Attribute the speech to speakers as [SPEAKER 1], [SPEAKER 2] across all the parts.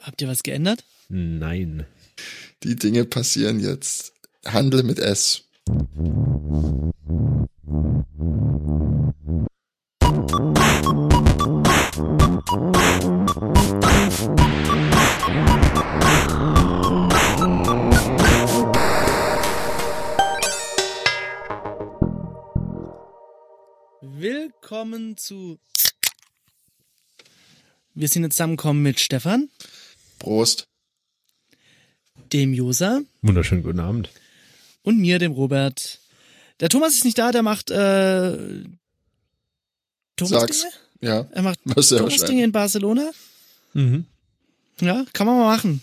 [SPEAKER 1] Habt ihr was geändert?
[SPEAKER 2] Nein.
[SPEAKER 3] Die Dinge passieren jetzt. Handel mit S.
[SPEAKER 1] Willkommen zu. Wir sind jetzt zusammengekommen mit Stefan,
[SPEAKER 3] Prost.
[SPEAKER 1] dem Josa
[SPEAKER 2] Wunderschönen guten Abend.
[SPEAKER 1] und mir, dem Robert. Der Thomas ist nicht da, der macht äh, Thomas
[SPEAKER 3] Sag's.
[SPEAKER 1] Dinge?
[SPEAKER 3] Ja.
[SPEAKER 1] Er macht
[SPEAKER 3] Was sehr
[SPEAKER 1] Thomas Dinge in Barcelona.
[SPEAKER 2] Mhm.
[SPEAKER 1] Ja, kann man mal machen.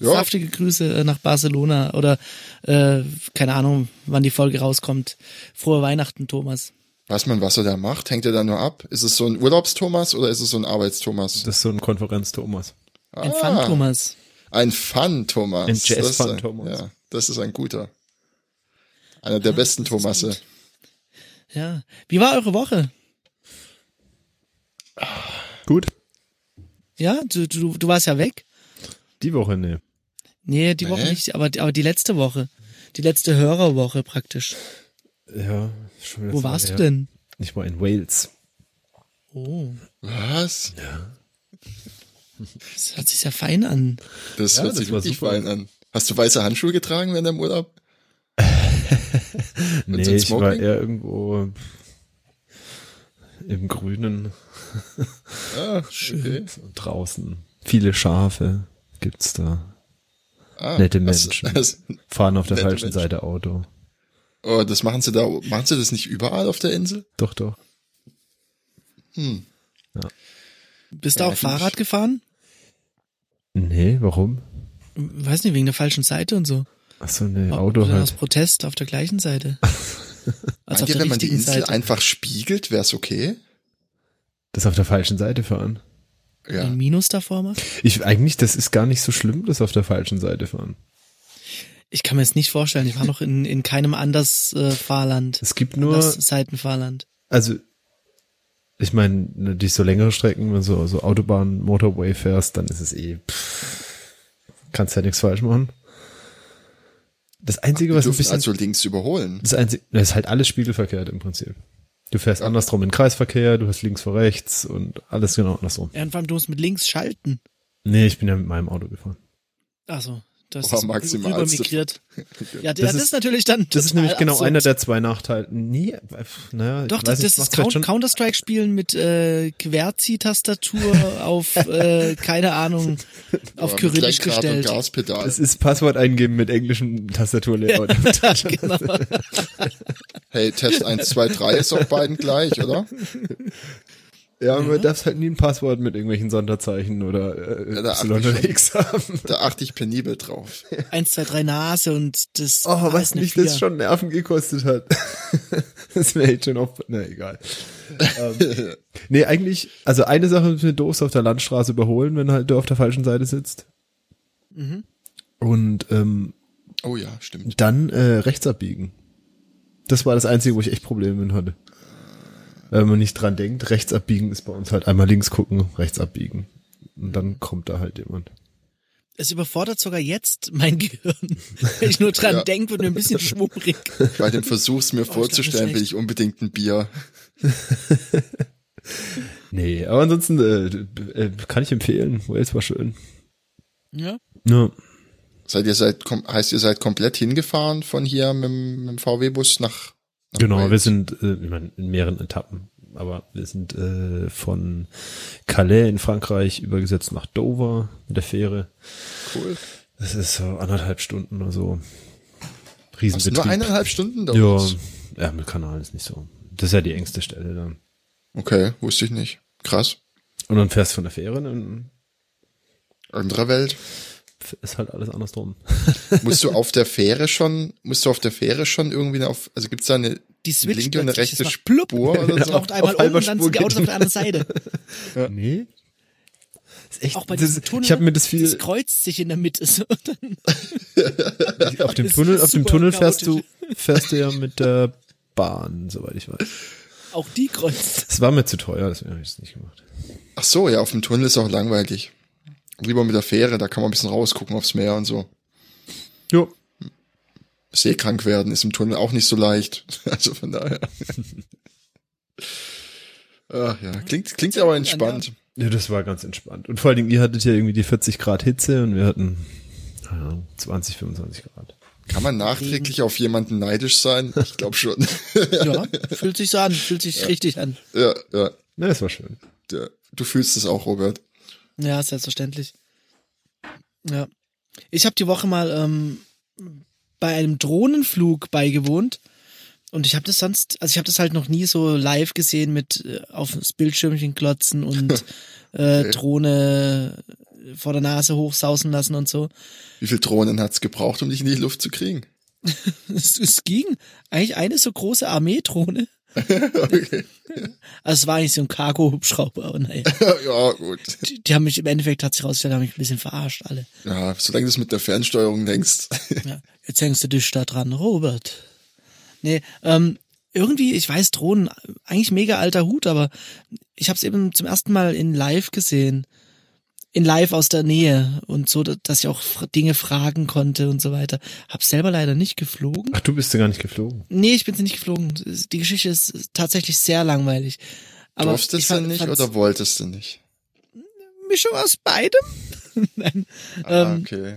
[SPEAKER 3] Ja,
[SPEAKER 1] Saftige Grüße äh, nach Barcelona oder äh, keine Ahnung, wann die Folge rauskommt. Frohe Weihnachten, Thomas.
[SPEAKER 3] weiß man, was er da macht? Hängt er da nur ab? Ist es so ein Urlaubstomas oder ist es so ein Arbeitstomas?
[SPEAKER 2] Das ist so ein Konferenz-Thomas.
[SPEAKER 1] Ein Fun,
[SPEAKER 3] Ah.
[SPEAKER 1] Thomas.
[SPEAKER 3] Ein Fun-Thomas.
[SPEAKER 2] Ein
[SPEAKER 3] Das ist
[SPEAKER 2] Jazz-Fun, Thomas.
[SPEAKER 3] Ja, das ist ein guter. Einer der besten Thomasse.
[SPEAKER 1] Ja. Wie war eure Woche?
[SPEAKER 2] Gut.
[SPEAKER 1] Ja, du, du, du warst ja weg.
[SPEAKER 2] Die Woche, ne.
[SPEAKER 1] Nee, die
[SPEAKER 3] Nee.
[SPEAKER 1] Woche nicht, aber, aber die letzte Woche. Die letzte Hörerwoche praktisch.
[SPEAKER 2] Ja. Schon wieder
[SPEAKER 1] Wo
[SPEAKER 2] so lange
[SPEAKER 1] warst du
[SPEAKER 2] her.
[SPEAKER 1] denn?
[SPEAKER 2] Ich war in Wales.
[SPEAKER 1] Oh,
[SPEAKER 3] Was?
[SPEAKER 1] das hört sich ja fein an.
[SPEAKER 3] Das
[SPEAKER 2] Ja,
[SPEAKER 3] hört
[SPEAKER 2] das
[SPEAKER 3] sich
[SPEAKER 2] war
[SPEAKER 3] wirklich
[SPEAKER 2] super.
[SPEAKER 3] fein an. Hast du weiße Handschuhe getragen während deinem Urlaub?
[SPEAKER 2] Nee,
[SPEAKER 3] so ein
[SPEAKER 2] ich war
[SPEAKER 3] Smoking?
[SPEAKER 2] eher irgendwo im Grünen
[SPEAKER 3] Ah, schön. Okay.
[SPEAKER 2] draußen. Viele Schafe gibt's da.
[SPEAKER 3] Ah,
[SPEAKER 2] Nette
[SPEAKER 3] das-
[SPEAKER 2] Menschen.
[SPEAKER 3] das-
[SPEAKER 2] Fahren auf der
[SPEAKER 3] Nette
[SPEAKER 2] falschen
[SPEAKER 3] Menschen.
[SPEAKER 2] Seite Auto.
[SPEAKER 3] oh, das machen sie da, machen sie das nicht überall auf der Insel? Hm.
[SPEAKER 2] Doch, doch.
[SPEAKER 1] Bist
[SPEAKER 3] Ja,
[SPEAKER 1] du auch
[SPEAKER 3] ich-
[SPEAKER 1] Fahrrad gefahren?
[SPEAKER 2] Nee, warum?
[SPEAKER 1] Weiß nicht, wegen der falschen Seite und so.
[SPEAKER 2] Ach so, nee,
[SPEAKER 1] Au-
[SPEAKER 2] Auto
[SPEAKER 1] oder aus
[SPEAKER 2] halt.
[SPEAKER 1] Protest auf der gleichen Seite. Als auf
[SPEAKER 3] Meint ihr,
[SPEAKER 1] der
[SPEAKER 3] wenn man die
[SPEAKER 1] richtigen
[SPEAKER 3] Insel
[SPEAKER 1] Seite.
[SPEAKER 3] einfach spiegelt, wär's okay?
[SPEAKER 2] Das auf der falschen Seite fahren.
[SPEAKER 3] Ja.
[SPEAKER 1] Ein Minus davor macht?
[SPEAKER 2] Ich, eigentlich, das ist gar nicht so schlimm, das auf der falschen Seite fahren.
[SPEAKER 1] Ich kann mir das nicht vorstellen. Ich war noch in, in keinem anders äh, Fahrland.
[SPEAKER 2] Es gibt nur,
[SPEAKER 1] Das Seitenfahrland.
[SPEAKER 2] also, ich meine, natürlich so längere Strecken, wenn du so, so Autobahn, Motorway fährst, dann ist es eh, pff, kannst ja nichts falsch machen. Das Einzige,
[SPEAKER 3] Die
[SPEAKER 2] was ein
[SPEAKER 3] dürfen
[SPEAKER 2] bisschen,
[SPEAKER 3] also links überholen.
[SPEAKER 2] das Einzige, das ist halt alles spiegelverkehrt im Prinzip. Du fährst andersrum in Kreisverkehr, du hast links vor rechts und alles genau andersrum.
[SPEAKER 1] Ja, und vor allem, du musst mit links schalten.
[SPEAKER 2] Nee, ich bin ja mit meinem Auto gefahren.
[SPEAKER 1] Also, das
[SPEAKER 3] Boah,
[SPEAKER 1] ist
[SPEAKER 3] maximal.
[SPEAKER 1] rüber migriert. Ja, das,
[SPEAKER 2] Das
[SPEAKER 1] das ist,
[SPEAKER 2] ist-
[SPEAKER 1] natürlich dann.
[SPEAKER 2] Das ist
[SPEAKER 1] total
[SPEAKER 2] nämlich genau
[SPEAKER 1] absurd.
[SPEAKER 2] einer der zwei Nachteile. Nee, pf, naja,
[SPEAKER 1] Doch,
[SPEAKER 2] ich
[SPEAKER 1] das,
[SPEAKER 2] weiß nicht,
[SPEAKER 1] das
[SPEAKER 2] macht's halt
[SPEAKER 1] ist
[SPEAKER 2] vielleicht
[SPEAKER 1] Count, Counter-Strike-Spielen mit äh, QWERTY-Tastatur auf, äh, keine Ahnung, auf
[SPEAKER 3] Aber mit
[SPEAKER 1] Kyrillisch
[SPEAKER 3] Lenkrad
[SPEAKER 1] gestellt.
[SPEAKER 3] Und Gaspedal.
[SPEAKER 2] Es ist Passwort eingeben mit englischem Tastaturlayout.
[SPEAKER 1] genau.
[SPEAKER 3] Hey, Test 1, 2, 3 ist auf beiden gleich, oder?
[SPEAKER 2] ja, man darf halt nie ein Passwort mit irgendwelchen Sonderzeichen oder äh,
[SPEAKER 3] Ja, da achte
[SPEAKER 2] Y
[SPEAKER 3] ich
[SPEAKER 2] oder
[SPEAKER 3] schon.
[SPEAKER 2] X haben.
[SPEAKER 3] Da achte ich penibel drauf.
[SPEAKER 1] Eins, zwei, drei Nase und das.
[SPEAKER 2] Oh,
[SPEAKER 1] alles
[SPEAKER 2] was
[SPEAKER 1] eine
[SPEAKER 2] mich
[SPEAKER 1] Vier.
[SPEAKER 2] das schon Nerven gekostet hat. das wäre echt schon auf. Na, egal. ähm, nee, eigentlich, also eine Sache ist mir doof, auf der Landstraße überholen, wenn halt du auf der falschen Seite sitzt. Und ähm,
[SPEAKER 3] Oh ja, stimmt.
[SPEAKER 2] dann äh, rechts abbiegen. Das war das Einzige, wo ich echt Probleme mit hatte. Wenn man nicht dran denkt, rechts abbiegen ist bei uns halt einmal links gucken, rechts abbiegen. Und dann kommt da halt jemand.
[SPEAKER 1] Es überfordert sogar jetzt mein Gehirn. Wenn ich nur dran
[SPEAKER 3] Ja.
[SPEAKER 1] denke, wird mir ein bisschen schwummrig.
[SPEAKER 3] Bei dem Versuch, es mir vorzustellen, will ich unbedingt ein Bier.
[SPEAKER 2] Nee, aber ansonsten äh, äh, kann ich empfehlen. Wales war schön.
[SPEAKER 1] Ja.
[SPEAKER 2] Ja.
[SPEAKER 3] Seid ihr seid, kom- heißt ihr seid komplett hingefahren von hier mit, dem- mit dem VW-Bus nach, nach
[SPEAKER 2] Genau,
[SPEAKER 3] Wales?
[SPEAKER 2] wir sind äh, ich mein, in mehreren Etappen. Aber wir sind äh, von Calais in Frankreich übergesetzt nach Dover mit der Fähre.
[SPEAKER 3] cool.
[SPEAKER 2] Das ist so anderthalb Stunden oder so.
[SPEAKER 3] Hast du
[SPEAKER 2] Riesenbetrieb.
[SPEAKER 3] nur eineinhalb Stunden
[SPEAKER 2] Ja,
[SPEAKER 3] dauert.
[SPEAKER 2] ja, mit Kanal ist nicht so. Das ist ja die engste Stelle dann.
[SPEAKER 3] Okay, wusste ich nicht. Krass.
[SPEAKER 2] Und dann fährst du von der Fähre, dann
[SPEAKER 3] Andere Welt.
[SPEAKER 2] ist halt alles andersrum.
[SPEAKER 3] Musst du auf der Fähre schon, musst du auf der Fähre schon irgendwie auf, also gibt's da eine
[SPEAKER 1] Die switcht
[SPEAKER 3] linke und eine
[SPEAKER 1] plötzlich, das
[SPEAKER 3] rechte
[SPEAKER 1] macht
[SPEAKER 3] Spur
[SPEAKER 1] plupp.
[SPEAKER 3] oder so?
[SPEAKER 1] Taucht einmal
[SPEAKER 2] auf
[SPEAKER 1] um
[SPEAKER 2] halber
[SPEAKER 1] und dann
[SPEAKER 2] Spur
[SPEAKER 1] sind die Autos
[SPEAKER 2] geht-
[SPEAKER 1] auf der anderen Seite.
[SPEAKER 2] Nee? Ist echt,
[SPEAKER 1] Auch bei
[SPEAKER 2] das,
[SPEAKER 1] diesem Tunnel.
[SPEAKER 2] ich habe mir das viel
[SPEAKER 1] Das kreuzt sich in der Mitte. So. Und dann
[SPEAKER 2] auf dem
[SPEAKER 1] ist
[SPEAKER 2] Tunnel, auf dem
[SPEAKER 1] super
[SPEAKER 2] Tunnel fährst du fährst du ja mit der Bahn, soweit ich weiß.
[SPEAKER 1] auch die kreuzt.
[SPEAKER 2] Es war mir zu teuer, deswegen habe ich es nicht gemacht.
[SPEAKER 3] Ach so, ja, auf dem Tunnel ist auch langweilig. Lieber mit der Fähre, da kann man ein bisschen rausgucken aufs Meer und so.
[SPEAKER 2] Jo.
[SPEAKER 3] Seekrank werden ist im Tunnel auch nicht so leicht. Also von daher. Ach ja, klingt, klingt aber entspannt.
[SPEAKER 2] Ja, das war ganz entspannt. Und vor allen Dingen, ihr hattet ja irgendwie die 40 Grad Hitze und wir hatten keine Ahnung, 20, 25 Grad.
[SPEAKER 3] Kann man nachträglich auf jemanden neidisch sein? Ich glaube schon.
[SPEAKER 1] Ja, fühlt sich so an, fühlt sich richtig an.
[SPEAKER 3] ja, ja,
[SPEAKER 2] Na, das war schön.
[SPEAKER 3] ja. Du fühlst es auch, Robert.
[SPEAKER 1] Ja, selbstverständlich. Ja. Ich habe die Woche mal ähm, bei einem Drohnenflug beigewohnt und ich habe das sonst, also ich habe das halt noch nie so live gesehen mit äh, aufs Bildschirmchen klotzen und äh, Drohne vor der Nase hochsausen lassen und so.
[SPEAKER 3] Wie viel Drohnen hat's gebraucht, um dich in die Luft zu kriegen?
[SPEAKER 1] Es, es ging eigentlich eine so große Armeedrohne. Also es war eigentlich so ein Cargo-Hubschrauber, aber naja.
[SPEAKER 3] ja, gut.
[SPEAKER 1] Die, die haben mich im Endeffekt, hat sich rausgestellt, haben mich ein bisschen verarscht alle.
[SPEAKER 3] Ja, solange du es mit der Fernsteuerung denkst.
[SPEAKER 1] Ja, jetzt hängst du dich da dran, Robert. Nee, ähm, irgendwie, ich weiß, Drohnen, eigentlich mega alter Hut, aber ich habe es eben zum ersten Mal in live gesehen. In live aus der Nähe und so, dass ich auch fra- Dinge fragen konnte und so weiter. Hab's selber leider nicht geflogen.
[SPEAKER 2] Ach, du bist ja gar nicht geflogen.
[SPEAKER 1] Nee, ich bin sie nicht geflogen. Die Geschichte ist tatsächlich sehr langweilig. Aber ich
[SPEAKER 3] Durftest du
[SPEAKER 1] fand-
[SPEAKER 3] nicht
[SPEAKER 1] fand's
[SPEAKER 3] oder wolltest du nicht?
[SPEAKER 1] Mischung aus beidem? Nein.
[SPEAKER 3] Ah,
[SPEAKER 1] Ähm,
[SPEAKER 3] okay.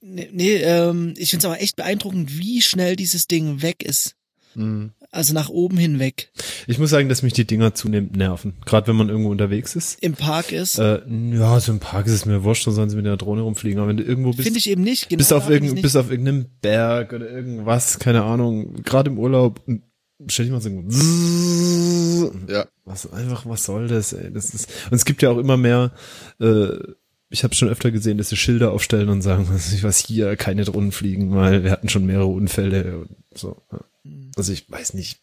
[SPEAKER 1] Nee, nee ähm, ich find's aber echt beeindruckend, wie schnell dieses Ding weg ist.
[SPEAKER 3] Mhm.
[SPEAKER 1] Also nach oben hinweg.
[SPEAKER 2] Ich muss sagen, dass mich die Dinger zunehmend nerven. Gerade wenn man irgendwo unterwegs ist.
[SPEAKER 1] Im Park ist.
[SPEAKER 2] Äh, ja, so im Park ist es mir wurscht, dann sollen sie mit der Drohne rumfliegen. Aber wenn du irgendwo bist,
[SPEAKER 1] Finde ich eben nicht. Genau
[SPEAKER 2] bis, auf
[SPEAKER 1] da find ich's
[SPEAKER 2] irgend,
[SPEAKER 1] nicht.
[SPEAKER 2] bis auf irgendeinem Berg oder irgendwas, keine Ahnung, gerade im Urlaub, und stell dich mal so ein
[SPEAKER 3] Ja.
[SPEAKER 2] was einfach, was soll das, ey? Das ist, und es gibt ja auch immer mehr, äh, ich habe schon öfter gesehen, dass sie Schilder aufstellen und sagen, was weiß ich was hier, keine Drohnen fliegen, weil wir hatten schon mehrere Unfälle und so. ja.
[SPEAKER 1] Mhm.
[SPEAKER 2] Also ich weiß nicht.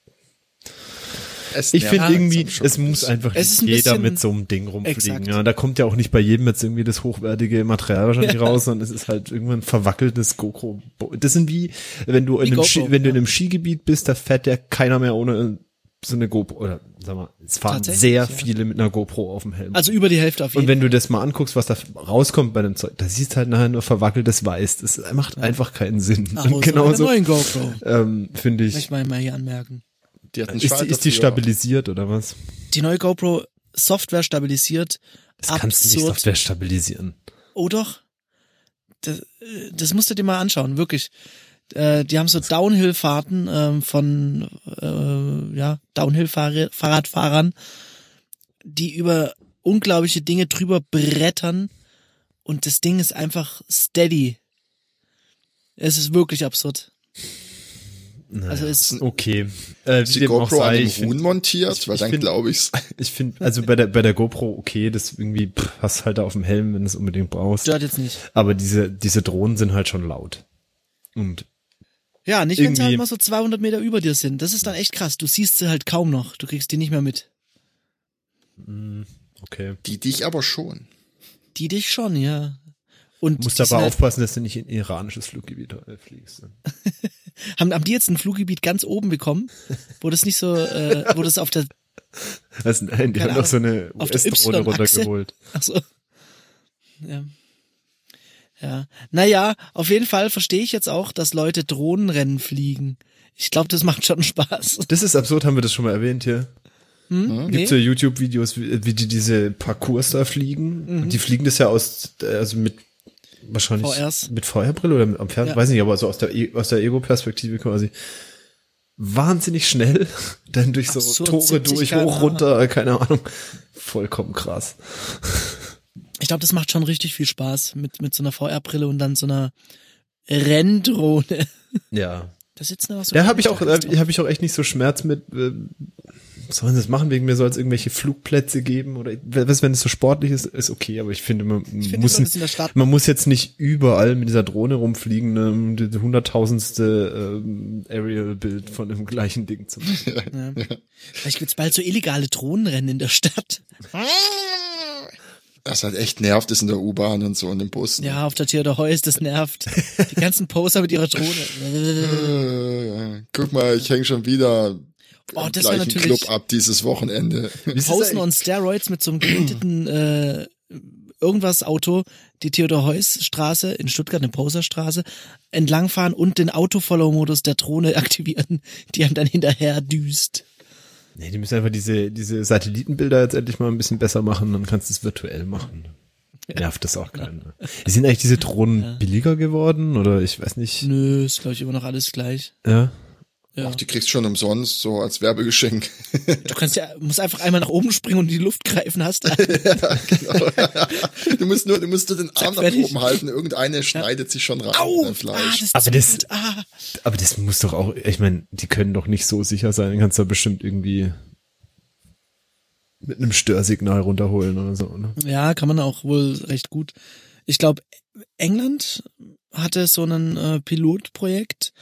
[SPEAKER 3] Es
[SPEAKER 2] Ich
[SPEAKER 3] nervt
[SPEAKER 2] finde irgendwie,
[SPEAKER 3] langsam schon
[SPEAKER 2] es muss
[SPEAKER 3] bisschen.
[SPEAKER 2] einfach
[SPEAKER 1] Es
[SPEAKER 2] nicht
[SPEAKER 1] ist ein
[SPEAKER 2] jeder
[SPEAKER 1] bisschen-
[SPEAKER 2] mit so einem Ding rumfliegen.
[SPEAKER 1] Exakt.
[SPEAKER 2] Ja, da kommt ja auch nicht bei jedem jetzt irgendwie das hochwertige Material wahrscheinlich raus, sondern es ist halt irgendwann verwackeltes GoPro. Das sind wie, wenn du in einem,
[SPEAKER 1] GoPro,
[SPEAKER 2] Ski, wenn du in
[SPEAKER 1] ja.
[SPEAKER 2] einem Skigebiet bist, da fährt ja keiner mehr ohne so eine GoPro. Oder sag mal, es fahren
[SPEAKER 1] Tatsächlich,
[SPEAKER 2] sehr
[SPEAKER 1] ja.
[SPEAKER 2] viele mit einer GoPro auf dem Helm.
[SPEAKER 1] also über die Hälfte auf jeden
[SPEAKER 2] und wenn du das mal anguckst, was da rauskommt bei dem Zeug, da siehst halt nachher nur verwackeltes Weiß. Das macht einfach keinen Sinn.
[SPEAKER 1] Fall. Nach
[SPEAKER 2] Und
[SPEAKER 1] Hause
[SPEAKER 2] genauso,
[SPEAKER 1] mit einer neuen GoPro.
[SPEAKER 2] ähm, finde
[SPEAKER 1] Möchte ich
[SPEAKER 2] ich,
[SPEAKER 1] mal, mal hier anmerken.
[SPEAKER 3] Die hat einen
[SPEAKER 2] ist, die-
[SPEAKER 3] Schalter
[SPEAKER 2] ist die
[SPEAKER 3] für.
[SPEAKER 2] stabilisiert oder was?
[SPEAKER 1] Die neue GoPro Software stabilisiert.
[SPEAKER 2] Das
[SPEAKER 1] absurd.
[SPEAKER 2] kannst du nicht Software stabilisieren.
[SPEAKER 1] Oh doch. Das, äh, das musst du dir mal anschauen, wirklich. Äh, die haben so Downhill-Fahrten ähm, von äh, ja, Downhill-Fahrradfahrern, die über unglaubliche Dinge drüber brettern und das Ding ist einfach steady. Es ist wirklich absurd. Also es
[SPEAKER 2] Okay. Äh,
[SPEAKER 3] Ist
[SPEAKER 2] wie
[SPEAKER 3] die
[SPEAKER 2] dem auch
[SPEAKER 3] GoPro an
[SPEAKER 2] sei,
[SPEAKER 3] dem
[SPEAKER 2] ich
[SPEAKER 3] Huhn
[SPEAKER 2] finde,
[SPEAKER 3] montiert?
[SPEAKER 2] ich-
[SPEAKER 3] weil
[SPEAKER 2] ich
[SPEAKER 3] dann
[SPEAKER 2] find-
[SPEAKER 3] glaube ich's.
[SPEAKER 2] ich find, also bei der, bei der GoPro okay, das irgendwie pff, hast halt da auf dem Helm, wenn du es unbedingt brauchst.
[SPEAKER 1] stört jetzt nicht.
[SPEAKER 2] Aber diese, diese Drohnen sind halt schon laut. Und
[SPEAKER 1] Ja, nicht wenn sie halt
[SPEAKER 2] Irgendwie-
[SPEAKER 1] mal so 200 Meter über dir sind. Das ist dann echt krass. Du siehst sie halt kaum noch. Du kriegst die nicht mehr mit.
[SPEAKER 2] okay.
[SPEAKER 3] Die dich aber schon.
[SPEAKER 1] Die dich schon, ja. Und
[SPEAKER 2] Du musst
[SPEAKER 1] die sind
[SPEAKER 2] aber
[SPEAKER 1] halt-
[SPEAKER 2] aufpassen, dass du nicht in iranisches Fluggebiet äh, fliegst.
[SPEAKER 1] Haben, haben die jetzt ein Fluggebiet ganz oben bekommen, wo das nicht so, äh, wo das auf der,
[SPEAKER 2] Also nein, die
[SPEAKER 1] Keine
[SPEAKER 2] haben auch so eine
[SPEAKER 1] Auf der
[SPEAKER 2] US-Drohne
[SPEAKER 1] Y-Achse.
[SPEAKER 2] runtergeholt.
[SPEAKER 1] ach so. Ja. Ja. Naja, auf jeden Fall verstehe ich jetzt auch, dass Leute Drohnenrennen fliegen. Ich glaube, das macht schon Spaß.
[SPEAKER 2] Das ist absurd, haben wir das schon mal erwähnt hier. Gibt
[SPEAKER 1] Hm? Nee?
[SPEAKER 2] so YouTube-Videos, wie, wie die diese Parcours da
[SPEAKER 1] Mhm.
[SPEAKER 2] fliegen. Und die fliegen das ja aus, äh, also mit wahrscheinlich
[SPEAKER 1] VRs.
[SPEAKER 2] mit VR-Brille oder mit, am Pferd,
[SPEAKER 1] Ja.
[SPEAKER 2] weiß nicht, aber so aus der, E- aus der Ego-Perspektive quasi. Wahnsinnig schnell, dann durch so
[SPEAKER 1] Absurd,
[SPEAKER 2] Tore
[SPEAKER 1] 70
[SPEAKER 2] durch, hoch,
[SPEAKER 1] km/h.
[SPEAKER 2] runter, äh, keine Ahnung. Vollkommen krass.
[SPEAKER 1] Ich glaube, das macht schon richtig viel Spaß mit, mit so einer VR-Brille und dann so einer Renndrohne.
[SPEAKER 2] Ja.
[SPEAKER 1] Da sitzen aber so.
[SPEAKER 2] Da habe ich auch, äh,
[SPEAKER 1] Leute drauf.
[SPEAKER 2] habe ich auch echt nicht so Schmerz mit. Äh, sollen sie das machen? Wegen mir soll es irgendwelche Flugplätze geben oder was, wenn es so sportlich ist, ist okay. Aber ich finde, man
[SPEAKER 1] finde,
[SPEAKER 2] muss,
[SPEAKER 1] man soll das in der Stadt-
[SPEAKER 2] man muss jetzt nicht überall mit dieser Drohne rumfliegen, ne, um das hunderttausendste ähm, Aerial-Bild von dem gleichen Ding zu machen.
[SPEAKER 1] Vielleicht gibt's bald so illegale Drohnenrennen in der Stadt.
[SPEAKER 3] Das halt echt nervt, ist in der U-Bahn und so und im Bus.
[SPEAKER 1] Ja, auf der Theodor Heuss, das nervt. Die ganzen Poser mit ihrer Drohne.
[SPEAKER 3] Äh, Guck mal, ich hänge schon wieder
[SPEAKER 1] Oh,
[SPEAKER 3] im
[SPEAKER 1] das war
[SPEAKER 3] gleichen
[SPEAKER 1] natürlich-
[SPEAKER 3] Club ab dieses Wochenende.
[SPEAKER 2] Wie ist das
[SPEAKER 1] Posen
[SPEAKER 2] eigentlich?
[SPEAKER 1] on Steroids mit so einem gemieteten äh, irgendwas Auto die Theodor-Heuss-Straße in Stuttgart, eine Poserstraße, entlangfahren und den Autofollow-Modus der Drohne aktivieren, die einem dann hinterher düst.
[SPEAKER 2] Nee, die müssen einfach diese, diese Satellitenbilder jetzt endlich mal ein bisschen besser machen, dann kannst du es virtuell machen. Nervt das auch keinen. ne? Sind eigentlich diese Drohnen billiger geworden oder ich weiß nicht.
[SPEAKER 1] Nö, ist glaube ich immer noch alles gleich.
[SPEAKER 2] Ja.
[SPEAKER 1] Ja.
[SPEAKER 3] Auch die kriegst du schon umsonst, so als Werbegeschenk.
[SPEAKER 1] Du kannst ja, musst einfach einmal nach oben springen und in die Luft greifen, hast du.
[SPEAKER 3] Du musst nur, du musst nur den Arm nach
[SPEAKER 1] fertig.
[SPEAKER 3] oben halten, irgendeine schneidet sich schon rein ne, in
[SPEAKER 1] Au!
[SPEAKER 3] dein
[SPEAKER 1] Ah,
[SPEAKER 3] Fleisch.
[SPEAKER 1] das
[SPEAKER 2] Aber das-
[SPEAKER 1] tut, ah.
[SPEAKER 2] Aber das muss doch auch, ich meine, die können doch nicht so sicher sein, dann kannst du da bestimmt irgendwie mit einem Störsignal runterholen oder so, ne?
[SPEAKER 1] Ja, kann man auch wohl recht gut. Ich glaube, England hatte so ein äh, Pilotprojekt,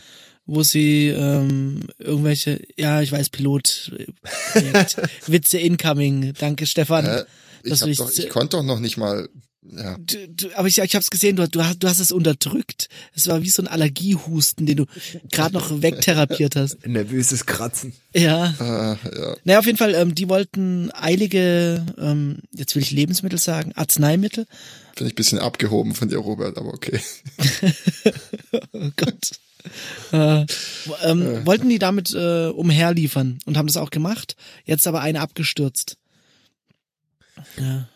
[SPEAKER 1] wo sie ähm, irgendwelche, ja, ich weiß, Pilot, äh, Projekt, Witze incoming. Danke, Stefan.
[SPEAKER 3] Hä?
[SPEAKER 1] das
[SPEAKER 3] Ich, hab
[SPEAKER 1] will ich-
[SPEAKER 3] doch, ich konnte doch noch nicht mal, ja.
[SPEAKER 1] Du, du, aber ich, ich habe es gesehen, du, du, hast, du hast es unterdrückt. Es war wie so ein Allergiehusten, den du gerade noch wegtherapiert hast.
[SPEAKER 2] Nervöses Kratzen.
[SPEAKER 1] Ja.
[SPEAKER 3] Äh, ja.
[SPEAKER 1] Naja, auf jeden Fall, ähm, die wollten eilige, ähm, jetzt will ich Lebensmittel sagen, Arzneimittel.
[SPEAKER 3] Finde ich ein bisschen abgehoben von dir, Robert, aber okay.
[SPEAKER 1] Oh Gott. äh, wo- ähm, wollten die damit äh, umherliefern und haben das auch gemacht. Jetzt aber eine abgestürzt. Ja.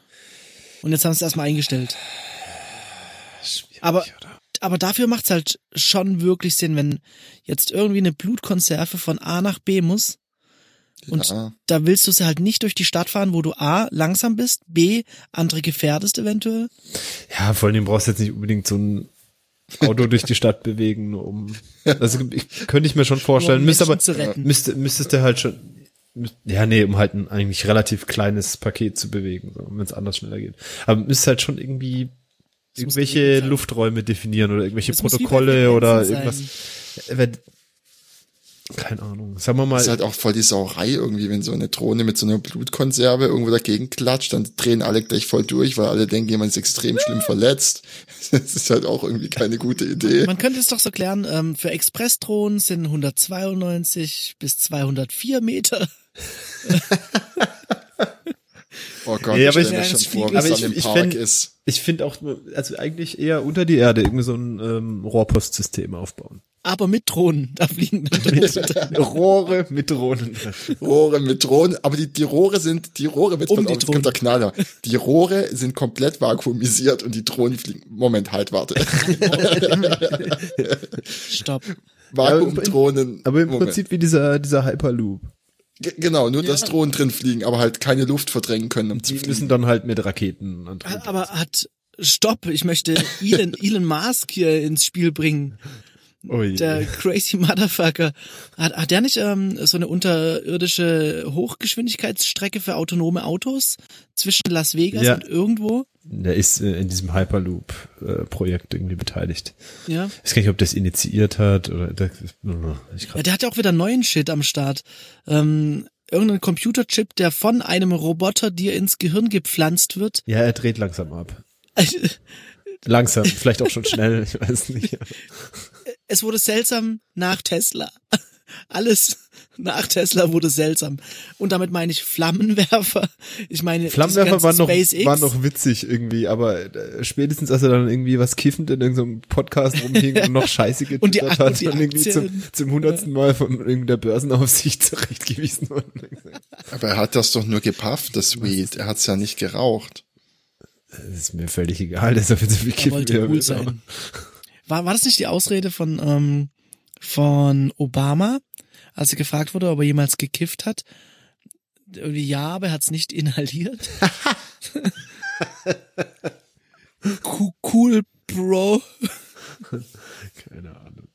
[SPEAKER 1] Und jetzt haben sie es erstmal eingestellt.
[SPEAKER 2] Schwierig,
[SPEAKER 1] Aber-
[SPEAKER 2] oder?
[SPEAKER 1] aber dafür macht's halt schon wirklich Sinn, wenn jetzt irgendwie eine Blutkonserve von A nach B muss und
[SPEAKER 3] ja.
[SPEAKER 1] da willst du sie halt nicht durch die Stadt fahren, wo du A langsam bist, B andere gefährdest eventuell.
[SPEAKER 2] Ja, vor allem brauchst du jetzt nicht unbedingt so ein Auto durch die Stadt bewegen, nur um. Also ich, könnte ich mir schon vorstellen,
[SPEAKER 1] Um
[SPEAKER 2] müsste
[SPEAKER 1] Menschen
[SPEAKER 2] aber
[SPEAKER 1] zu retten.
[SPEAKER 2] müsste müsstest du halt schon. müs- Ja, nee, um halt ein eigentlich relativ kleines Paket zu bewegen, so, wenn es anders schneller geht. Aber müsste halt schon irgendwie
[SPEAKER 1] muss
[SPEAKER 2] irgendwelche
[SPEAKER 1] geregelt sein.
[SPEAKER 2] Lufträume definieren oder irgendwelche
[SPEAKER 1] Das muss wie bei
[SPEAKER 2] Protokolle
[SPEAKER 1] Finanzen
[SPEAKER 2] oder
[SPEAKER 1] sein.
[SPEAKER 2] irgendwas. Ja, wenn- Keine Ahnung. Sagen wir mal,
[SPEAKER 3] Das ist halt auch voll die Sauerei irgendwie, wenn so eine Drohne mit so einer Blutkonserve irgendwo dagegen klatscht, dann drehen alle gleich voll durch, weil alle denken, jemand ist extrem schlimm verletzt. Das ist halt auch irgendwie keine gute Idee.
[SPEAKER 1] Man könnte es doch so klären, ähm, für Expressdrohnen sind 192 bis 204 Meter.
[SPEAKER 3] Oh
[SPEAKER 2] Ja,
[SPEAKER 3] Gott, ja,
[SPEAKER 2] aber ich-
[SPEAKER 3] aber ich stelle mir schon vor,
[SPEAKER 1] aber
[SPEAKER 3] was
[SPEAKER 2] ich-
[SPEAKER 3] dann im
[SPEAKER 2] ich
[SPEAKER 3] Park
[SPEAKER 2] fänd-
[SPEAKER 3] ist.
[SPEAKER 2] ich finde auch, also eigentlich eher unter die Erde irgendwie so ein ähm, Rohrpostsystem aufbauen.
[SPEAKER 1] Aber mit Drohnen, da fliegen dann Drohnen drin.
[SPEAKER 2] Rohre mit Drohnen.
[SPEAKER 3] Rohre mit Drohnen, aber die, die Rohre sind, die Rohre, jetzt
[SPEAKER 1] Um
[SPEAKER 3] um
[SPEAKER 1] die
[SPEAKER 3] auf, jetzt kommt der Knaller. Die Rohre sind komplett vakuumisiert und die Drohnen fliegen. Moment, halt, warte.
[SPEAKER 1] Stopp.
[SPEAKER 3] Vakuumdrohnen.
[SPEAKER 2] Aber im
[SPEAKER 3] Moment.
[SPEAKER 2] Prinzip wie dieser, dieser Hyperloop.
[SPEAKER 3] Ge- Genau, nur dass Drohnen drin fliegen, aber halt keine Luft verdrängen können, um zu
[SPEAKER 2] Die
[SPEAKER 3] fliegen.
[SPEAKER 2] müssen dann halt mit Raketen
[SPEAKER 3] Ah,
[SPEAKER 2] antrieben.
[SPEAKER 1] Aber hat Stopp, ich möchte Elon, Elon Musk hier ins Spiel bringen.
[SPEAKER 2] Oh je.
[SPEAKER 1] Der crazy Motherfucker. Hat, hat der nicht ähm, so eine unterirdische Hochgeschwindigkeitsstrecke für autonome Autos zwischen Las Vegas
[SPEAKER 2] Ja.
[SPEAKER 1] und irgendwo?
[SPEAKER 2] Der ist äh, in diesem Hyperloop-Projekt irgendwie beteiligt.
[SPEAKER 1] Ja.
[SPEAKER 2] Ich weiß gar nicht, ob das initiiert hat oder das, ich
[SPEAKER 1] ja
[SPEAKER 2] grad,
[SPEAKER 1] der hat ja auch wieder neuen Shit am Start. Ähm, irgendein Computerchip, der von einem Roboter dir ins Gehirn gepflanzt wird.
[SPEAKER 2] ja, er dreht langsam ab. Langsam, vielleicht auch schon schnell, ich weiß nicht.
[SPEAKER 1] es wurde seltsam nach Tesla. Alles nach Tesla wurde seltsam. Und damit meine ich Flammenwerfer. Ich meine,
[SPEAKER 2] Flammenwerfer
[SPEAKER 1] diese ganzen
[SPEAKER 2] waren noch,
[SPEAKER 1] SpaceX.
[SPEAKER 2] waren noch witzig irgendwie, aber äh, spätestens als er dann irgendwie was kiffend in irgendeinem Podcast rumhing und noch Scheiße getwittert
[SPEAKER 1] Und die Ak-
[SPEAKER 2] hat
[SPEAKER 1] und die
[SPEAKER 2] und irgendwie zum,
[SPEAKER 1] Aktien.
[SPEAKER 2] zum hundertsten Mal von irgendeiner Börsenaufsicht zurechtgewiesen wurde.
[SPEAKER 3] Aber er hat das doch nur gepafft, das Weed. Er hat's ja nicht geraucht.
[SPEAKER 2] Das ist mir völlig egal, dass er für so viel
[SPEAKER 1] er
[SPEAKER 2] kiffen wie
[SPEAKER 1] wollte
[SPEAKER 2] er will.
[SPEAKER 1] cool sein. War, war das nicht die Ausrede von, ähm, von Obama, als er gefragt wurde, ob er jemals gekifft hat? Irgendwie ja, aber er hat es nicht inhaliert. Cool- cool, Bro.
[SPEAKER 2] Keine Ahnung.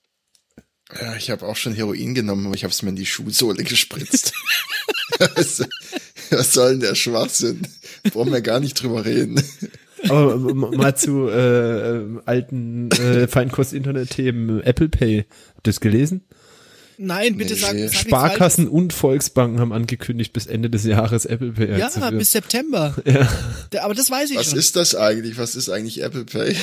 [SPEAKER 3] Ja, ich habe auch schon Heroin genommen, aber ich habe es mir in die Schuhsohle gespritzt. was, was soll denn der Schwachsinn? Brauchen wir gar nicht drüber reden.
[SPEAKER 2] Aber m- m- mal zu äh, ähm, alten äh, Feinkost-Internet-Themen. Apple Pay, habt ihr das gelesen?
[SPEAKER 1] Nein, bitte
[SPEAKER 3] Nee.
[SPEAKER 1] sag, sag nichts
[SPEAKER 2] Sparkassen und Volksbanken haben angekündigt, bis Ende des Jahres Apple Pay
[SPEAKER 1] Falsches. Ja,
[SPEAKER 2] einzuführen.
[SPEAKER 1] bis September. Da- Aber das weiß ich
[SPEAKER 3] Was
[SPEAKER 1] schon.
[SPEAKER 3] ist das eigentlich? Was ist eigentlich Apple Pay?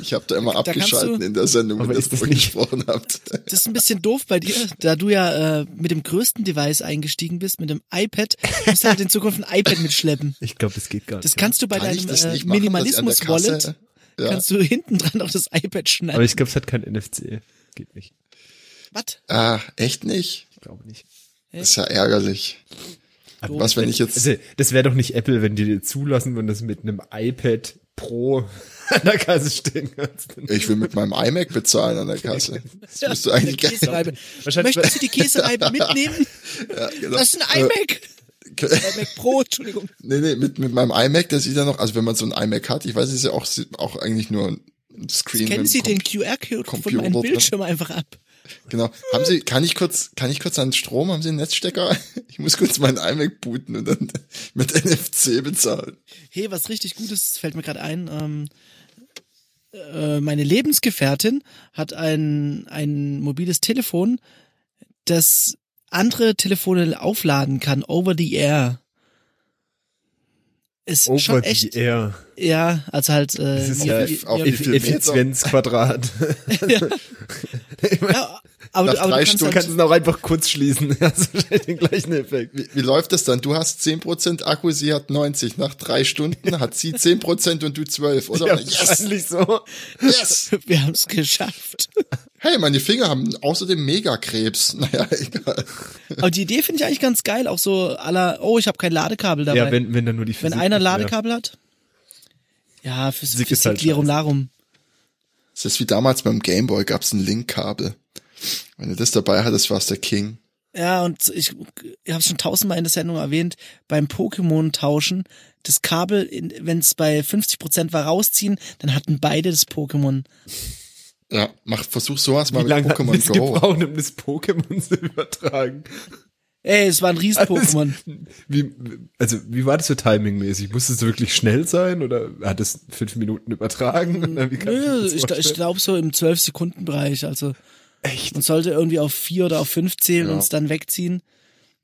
[SPEAKER 3] Ich habe da immer
[SPEAKER 1] kannst
[SPEAKER 3] abgeschalten
[SPEAKER 1] du-
[SPEAKER 3] in der Sendung, wenn
[SPEAKER 2] Aber
[SPEAKER 3] ihr
[SPEAKER 2] ist das
[SPEAKER 3] darüber
[SPEAKER 2] nicht-
[SPEAKER 3] gesprochen habt.
[SPEAKER 1] Das ist ein bisschen doof bei dir, da du ja äh, mit dem größten Device eingestiegen bist, mit dem iPad, musst du halt in Zukunft ein iPad mitschleppen.
[SPEAKER 2] Ich glaube, das geht gar nicht.
[SPEAKER 1] Das kannst du bei
[SPEAKER 3] Kann ich
[SPEAKER 1] deinem
[SPEAKER 3] das
[SPEAKER 1] äh,
[SPEAKER 3] nicht machen, dass ich an der
[SPEAKER 1] Minimalismus-Wallet,
[SPEAKER 3] Kasse- Ja.
[SPEAKER 1] kannst du hinten dran auf das iPad
[SPEAKER 2] Aber
[SPEAKER 1] schneiden.
[SPEAKER 2] ich glaube, es hat kein NFC. Geht nicht.
[SPEAKER 1] Was?
[SPEAKER 3] Ah, echt nicht?
[SPEAKER 2] Ich glaube nicht.
[SPEAKER 3] Das ist ja ärgerlich.
[SPEAKER 1] Doof.
[SPEAKER 3] Was, wenn ich jetzt...
[SPEAKER 2] Also, das wäre doch nicht Apple, wenn die dir zulassen würden, dass du mit einem iPad Pro an der Kasse stehen kannst.
[SPEAKER 3] Ich will mit meinem iMac bezahlen an der Kasse. Das müsste eigentlich
[SPEAKER 1] Der
[SPEAKER 3] geil
[SPEAKER 1] Käsereibe.
[SPEAKER 2] Wahrscheinlich-
[SPEAKER 1] Möchtest du die Käsereibe mitnehmen?
[SPEAKER 3] ja, genau.
[SPEAKER 1] Das ist ein iMac.
[SPEAKER 3] Äh,
[SPEAKER 1] iMac Pro, Entschuldigung.
[SPEAKER 3] Nee, nee, mit, mit meinem iMac, der sieht ja noch, also wenn man so ein iMac hat, ich weiß, es ist ja auch, auch eigentlich nur ein Screen.
[SPEAKER 1] Kennen
[SPEAKER 3] mit
[SPEAKER 1] Sie
[SPEAKER 3] einem
[SPEAKER 1] den QR-Code von
[SPEAKER 3] Computer
[SPEAKER 1] meinem
[SPEAKER 3] drin.
[SPEAKER 1] Bildschirm einfach ab?
[SPEAKER 3] Kom- Genau. Haben Sie, kann ich kurz, kann ich kurz an Strom, haben Sie einen Netzstecker? Ich muss kurz meinen iMac booten und dann mit NFC bezahlen.
[SPEAKER 1] Hey, was richtig Gutes fällt mir gerade ein. Ähm, äh, meine Lebensgefährtin hat ein, ein mobiles Telefon, das andere Telefone aufladen kann, over the air. Ist schon echt,
[SPEAKER 2] air.
[SPEAKER 1] ja, also halt, äh,
[SPEAKER 2] Das ist
[SPEAKER 1] auf-
[SPEAKER 2] ja
[SPEAKER 1] ihr-
[SPEAKER 3] auf-
[SPEAKER 1] ihr-
[SPEAKER 3] Wie viel
[SPEAKER 2] Effizienzquadrat.
[SPEAKER 1] ja, aber,
[SPEAKER 3] Nach
[SPEAKER 1] du- aber
[SPEAKER 3] drei
[SPEAKER 1] du kannst
[SPEAKER 2] Du
[SPEAKER 1] halt,
[SPEAKER 2] kannst es auch einfach kurz schließen. Hast wahrscheinlich halt den gleichen Effekt.
[SPEAKER 3] Wie, wie läuft das dann? Du hast 10% Akku, sie hat 90. Nach drei Stunden hat sie 10% und du 12, oder?
[SPEAKER 2] Ja,
[SPEAKER 3] yes!
[SPEAKER 2] wahrscheinlich so.
[SPEAKER 3] Yes!
[SPEAKER 1] wir haben es geschafft.
[SPEAKER 3] Hey, meine Finger haben außerdem Megakrebs. Naja, egal.
[SPEAKER 1] Aber die Idee finde ich eigentlich ganz geil, auch so aller, oh, ich habe kein Ladekabel dabei.
[SPEAKER 2] Ja, wenn, wenn dann nur die
[SPEAKER 1] Wenn
[SPEAKER 2] Physik
[SPEAKER 1] einer
[SPEAKER 2] nicht mehr-
[SPEAKER 1] Ladekabel hat? Ja, für
[SPEAKER 2] Physik
[SPEAKER 1] Physik
[SPEAKER 2] ist halt
[SPEAKER 1] Lirum
[SPEAKER 2] scheiße.
[SPEAKER 1] Larum.
[SPEAKER 3] Das ist wie damals beim Gameboy, gab's ein Linkkabel. Wenn du das dabei hattest, warst der King.
[SPEAKER 1] Ja, und ich, ich habe schon tausendmal in der Sendung erwähnt, beim Pokémon-Tauschen, das Kabel, wenn es bei 50% war, rausziehen, dann hatten beide das Pokémon.
[SPEAKER 3] Ja, mach, versuch sowas mal
[SPEAKER 2] Wie lange
[SPEAKER 3] mit
[SPEAKER 2] hat es
[SPEAKER 3] Pokémon Go.
[SPEAKER 2] gebraucht, um das Pokémon zu übertragen?
[SPEAKER 1] Ey, es war ein Riesen-Pokémon.
[SPEAKER 2] Wie, also, wie war das so timingmäßig? Musste es wirklich schnell sein oder hat es fünf Minuten übertragen? Oder Wie kann
[SPEAKER 1] Nö,
[SPEAKER 2] das
[SPEAKER 1] ich, ich
[SPEAKER 2] vorstellen?
[SPEAKER 1] glaube so im 12-Sekunden-Bereich. Also
[SPEAKER 2] Echt?
[SPEAKER 1] man sollte irgendwie auf 4 oder auf 5 zählen
[SPEAKER 3] Ja.
[SPEAKER 1] und es dann wegziehen.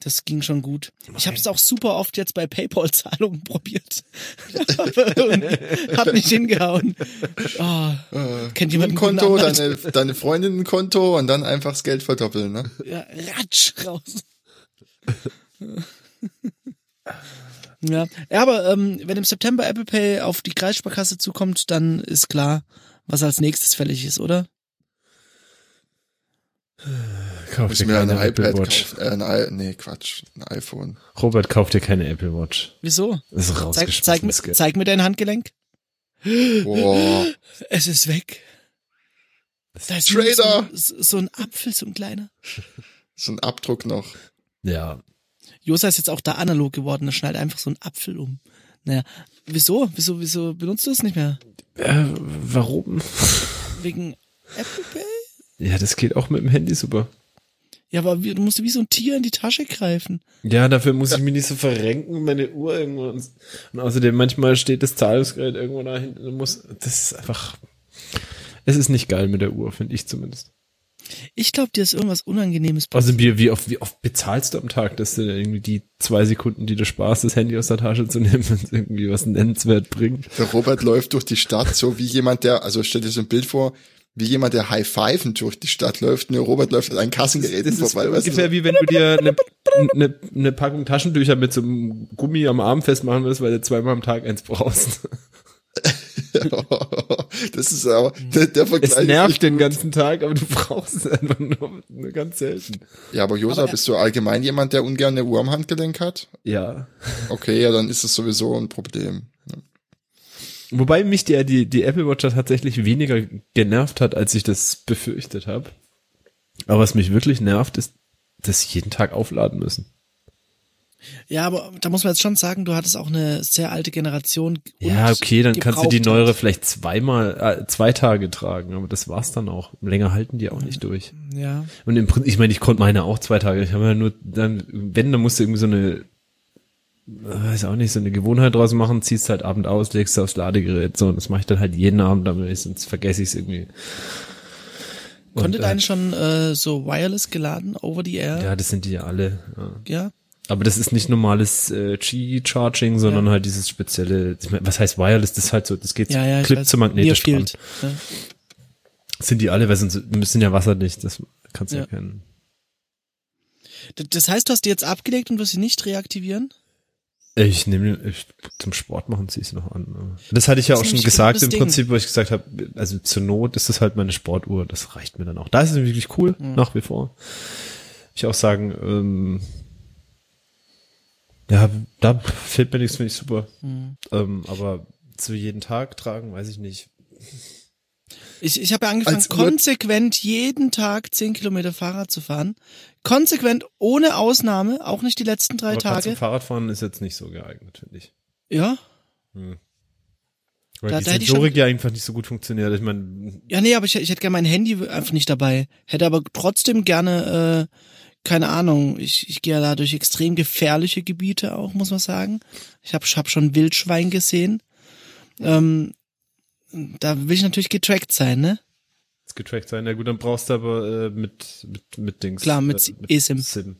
[SPEAKER 1] Das ging schon gut. Ich habe es auch super oft jetzt bei PayPal-Zahlungen probiert. Aber irgendwie hat nicht hingehauen. Oh,
[SPEAKER 2] Ah.
[SPEAKER 1] kennt jemand
[SPEAKER 3] Ein
[SPEAKER 1] einen
[SPEAKER 3] Konto,
[SPEAKER 1] guten Anwalt?
[SPEAKER 3] deine, deine Freundin ein Konto und dann einfach das Geld verdoppeln, ne?
[SPEAKER 1] Ja, ratsch raus. ja. ja, aber ähm, wenn im September Apple Pay auf die Kreissparkasse zukommt, dann ist klar, was als nächstes fällig ist, oder?
[SPEAKER 2] Kauf
[SPEAKER 3] Muss mir ein iPad kaufen. Äh, ein, I- nee, Quatsch. Ein iPhone.
[SPEAKER 2] Robert, kauf dir keine Apple Watch.
[SPEAKER 1] Wieso?
[SPEAKER 2] Das ist
[SPEAKER 1] Zeig, zeig, mir- zeig mir dein Handgelenk.
[SPEAKER 3] Boah.
[SPEAKER 1] Es ist weg. Da ist
[SPEAKER 3] Trader!
[SPEAKER 1] So, so ein Apfel, so ein kleiner.
[SPEAKER 3] So ein Abdruck noch.
[SPEAKER 2] Ja.
[SPEAKER 1] Josa ist jetzt auch da analog geworden, er schneidet einfach so einen Apfel um. Naja, wieso? Wieso, wieso benutzt du es nicht mehr?
[SPEAKER 2] Äh, warum?
[SPEAKER 1] Wegen Apple Pay?
[SPEAKER 2] Ja, das geht auch mit dem Handy super.
[SPEAKER 1] Ja, aber wie, du musst wie so ein Tier in die Tasche greifen.
[SPEAKER 2] Ja, dafür muss ich mich nicht so verrenken, meine Uhr irgendwo. Und, und außerdem manchmal steht das Zahlungsgerät irgendwo da hinten und muss. Das ist einfach. Es ist nicht geil mit der Uhr, finde ich zumindest.
[SPEAKER 1] Ich glaube, dir ist irgendwas Unangenehmes passiert.
[SPEAKER 2] Also wie, wie, oft, wie oft bezahlst du am Tag, dass du irgendwie die zwei Sekunden, die du sparst, das Handy aus der Tasche zu nehmen, wenn es irgendwie was nennenswert bringt?
[SPEAKER 3] Der Robert läuft durch die Stadt so wie jemand, der, also stell dir so ein Bild vor, wie jemand, der high-pfeifend durch die Stadt läuft. Nur Robert läuft an einem Kassengerät
[SPEAKER 2] Das ist
[SPEAKER 3] vorbei. weißt du?
[SPEAKER 2] ungefähr wie wenn du dir eine, eine, eine Packung Taschentücher mit so einem Gummi am Arm festmachen willst, weil du zweimal am Tag eins brauchst.
[SPEAKER 3] Das ist aber, der, der Vergleich.
[SPEAKER 2] Es
[SPEAKER 3] ist
[SPEAKER 2] nervt den ganzen Tag, aber du brauchst es einfach nur, nur ganz selten.
[SPEAKER 3] Ja, aber Josa, bist du allgemein jemand, der ungern eine Uhr am Handgelenk hat?
[SPEAKER 2] Ja.
[SPEAKER 3] Okay, ja, dann ist es sowieso ein Problem.
[SPEAKER 2] Wobei mich der, die, die Apple Watch tatsächlich weniger genervt hat, als ich das befürchtet habe. Aber was mich wirklich nervt, ist, dass sie jeden Tag aufladen müssen.
[SPEAKER 1] Ja, aber da muss man jetzt schon sagen, du hattest auch eine sehr alte Generation. und
[SPEAKER 2] ja, okay, dann kannst du die
[SPEAKER 1] gebraucht
[SPEAKER 2] neuere
[SPEAKER 1] hat.
[SPEAKER 2] vielleicht zweimal, äh, zwei Tage tragen, aber das war's dann auch. Länger halten die auch nicht durch.
[SPEAKER 1] Ja.
[SPEAKER 2] Und im Prinzip, ich meine, ich konnte meine auch zwei Tage. Ich habe ja nur, dann, wenn, dann musst du irgendwie so eine, äh, weiß auch nicht, so eine Gewohnheit draus machen, ziehst halt Abend aus, legst du aufs Ladegerät. So, und das mache ich dann halt jeden Abend, aber ich- sonst vergesse ich es irgendwie.
[SPEAKER 1] Konnte
[SPEAKER 2] Und, äh,
[SPEAKER 1] deine schon äh, so wireless geladen, over the air?
[SPEAKER 2] Ja, das sind die alle. Ja.
[SPEAKER 1] Ja.
[SPEAKER 2] Aber das ist nicht normales äh, Qi-Charging, sondern
[SPEAKER 1] Ja.
[SPEAKER 2] halt dieses spezielle, ich mein, was heißt Wireless? Das ist halt so, das geht
[SPEAKER 1] Ja, ja, ich
[SPEAKER 2] Clip
[SPEAKER 1] weiß.
[SPEAKER 2] zu magnetisch
[SPEAKER 1] Near
[SPEAKER 2] dran.
[SPEAKER 1] Field, Ja.
[SPEAKER 2] Sind die alle, weil sonst müssen ja wasserdicht, das kannst du
[SPEAKER 1] Ja.
[SPEAKER 2] erkennen.
[SPEAKER 1] D- Das heißt, du hast die jetzt abgelegt und wirst sie nicht reaktivieren?
[SPEAKER 2] Ich nehme ich, zum Sport machen ziehe ich sie noch an. ne. Das hatte ich ja
[SPEAKER 1] Das
[SPEAKER 2] auch
[SPEAKER 1] ist
[SPEAKER 2] schon
[SPEAKER 1] nämlich
[SPEAKER 2] gesagt
[SPEAKER 1] das
[SPEAKER 2] im
[SPEAKER 1] Ding.
[SPEAKER 2] Prinzip, wo ich gesagt habe, also zur Not ist das halt meine Sportuhr, das reicht mir dann auch. Da ist es wirklich cool,
[SPEAKER 1] Mhm.
[SPEAKER 2] nach wie vor. Ich auch sagen, ähm, ja, da fehlt mir nichts, finde ich super.
[SPEAKER 1] Mhm.
[SPEAKER 2] Ähm, aber zu jeden Tag tragen, weiß ich nicht.
[SPEAKER 1] Ich, ich habe ja angefangen,
[SPEAKER 3] Als Uhr-
[SPEAKER 1] konsequent jeden Tag 10 Kilometer Fahrrad zu fahren. Konsequent, ohne Ausnahme, auch nicht die letzten drei
[SPEAKER 2] aber gerade zum
[SPEAKER 1] Tage.
[SPEAKER 2] Fahrradfahren ist jetzt nicht so geeignet, finde ich.
[SPEAKER 1] Ja.
[SPEAKER 2] Weil
[SPEAKER 1] Da-
[SPEAKER 2] die
[SPEAKER 1] da hätte ich
[SPEAKER 2] Sensorik ja einfach nicht so gut funktioniert. Ich meine,
[SPEAKER 1] Ja, nee, aber ich, ich hätte gerne mein Handy einfach nicht dabei. Hätte aber trotzdem gerne, äh, keine Ahnung, ich, ich gehe ja da durch extrem gefährliche Gebiete auch, muss man sagen. Ich habe hab schon Wildschwein gesehen. Ähm, da will ich natürlich getrackt sein, ne?
[SPEAKER 2] es getrackt sein, ja gut, dann brauchst du aber äh, mit, mit, mit Dings.
[SPEAKER 1] Klar, mit
[SPEAKER 2] äh,
[SPEAKER 1] eSIM.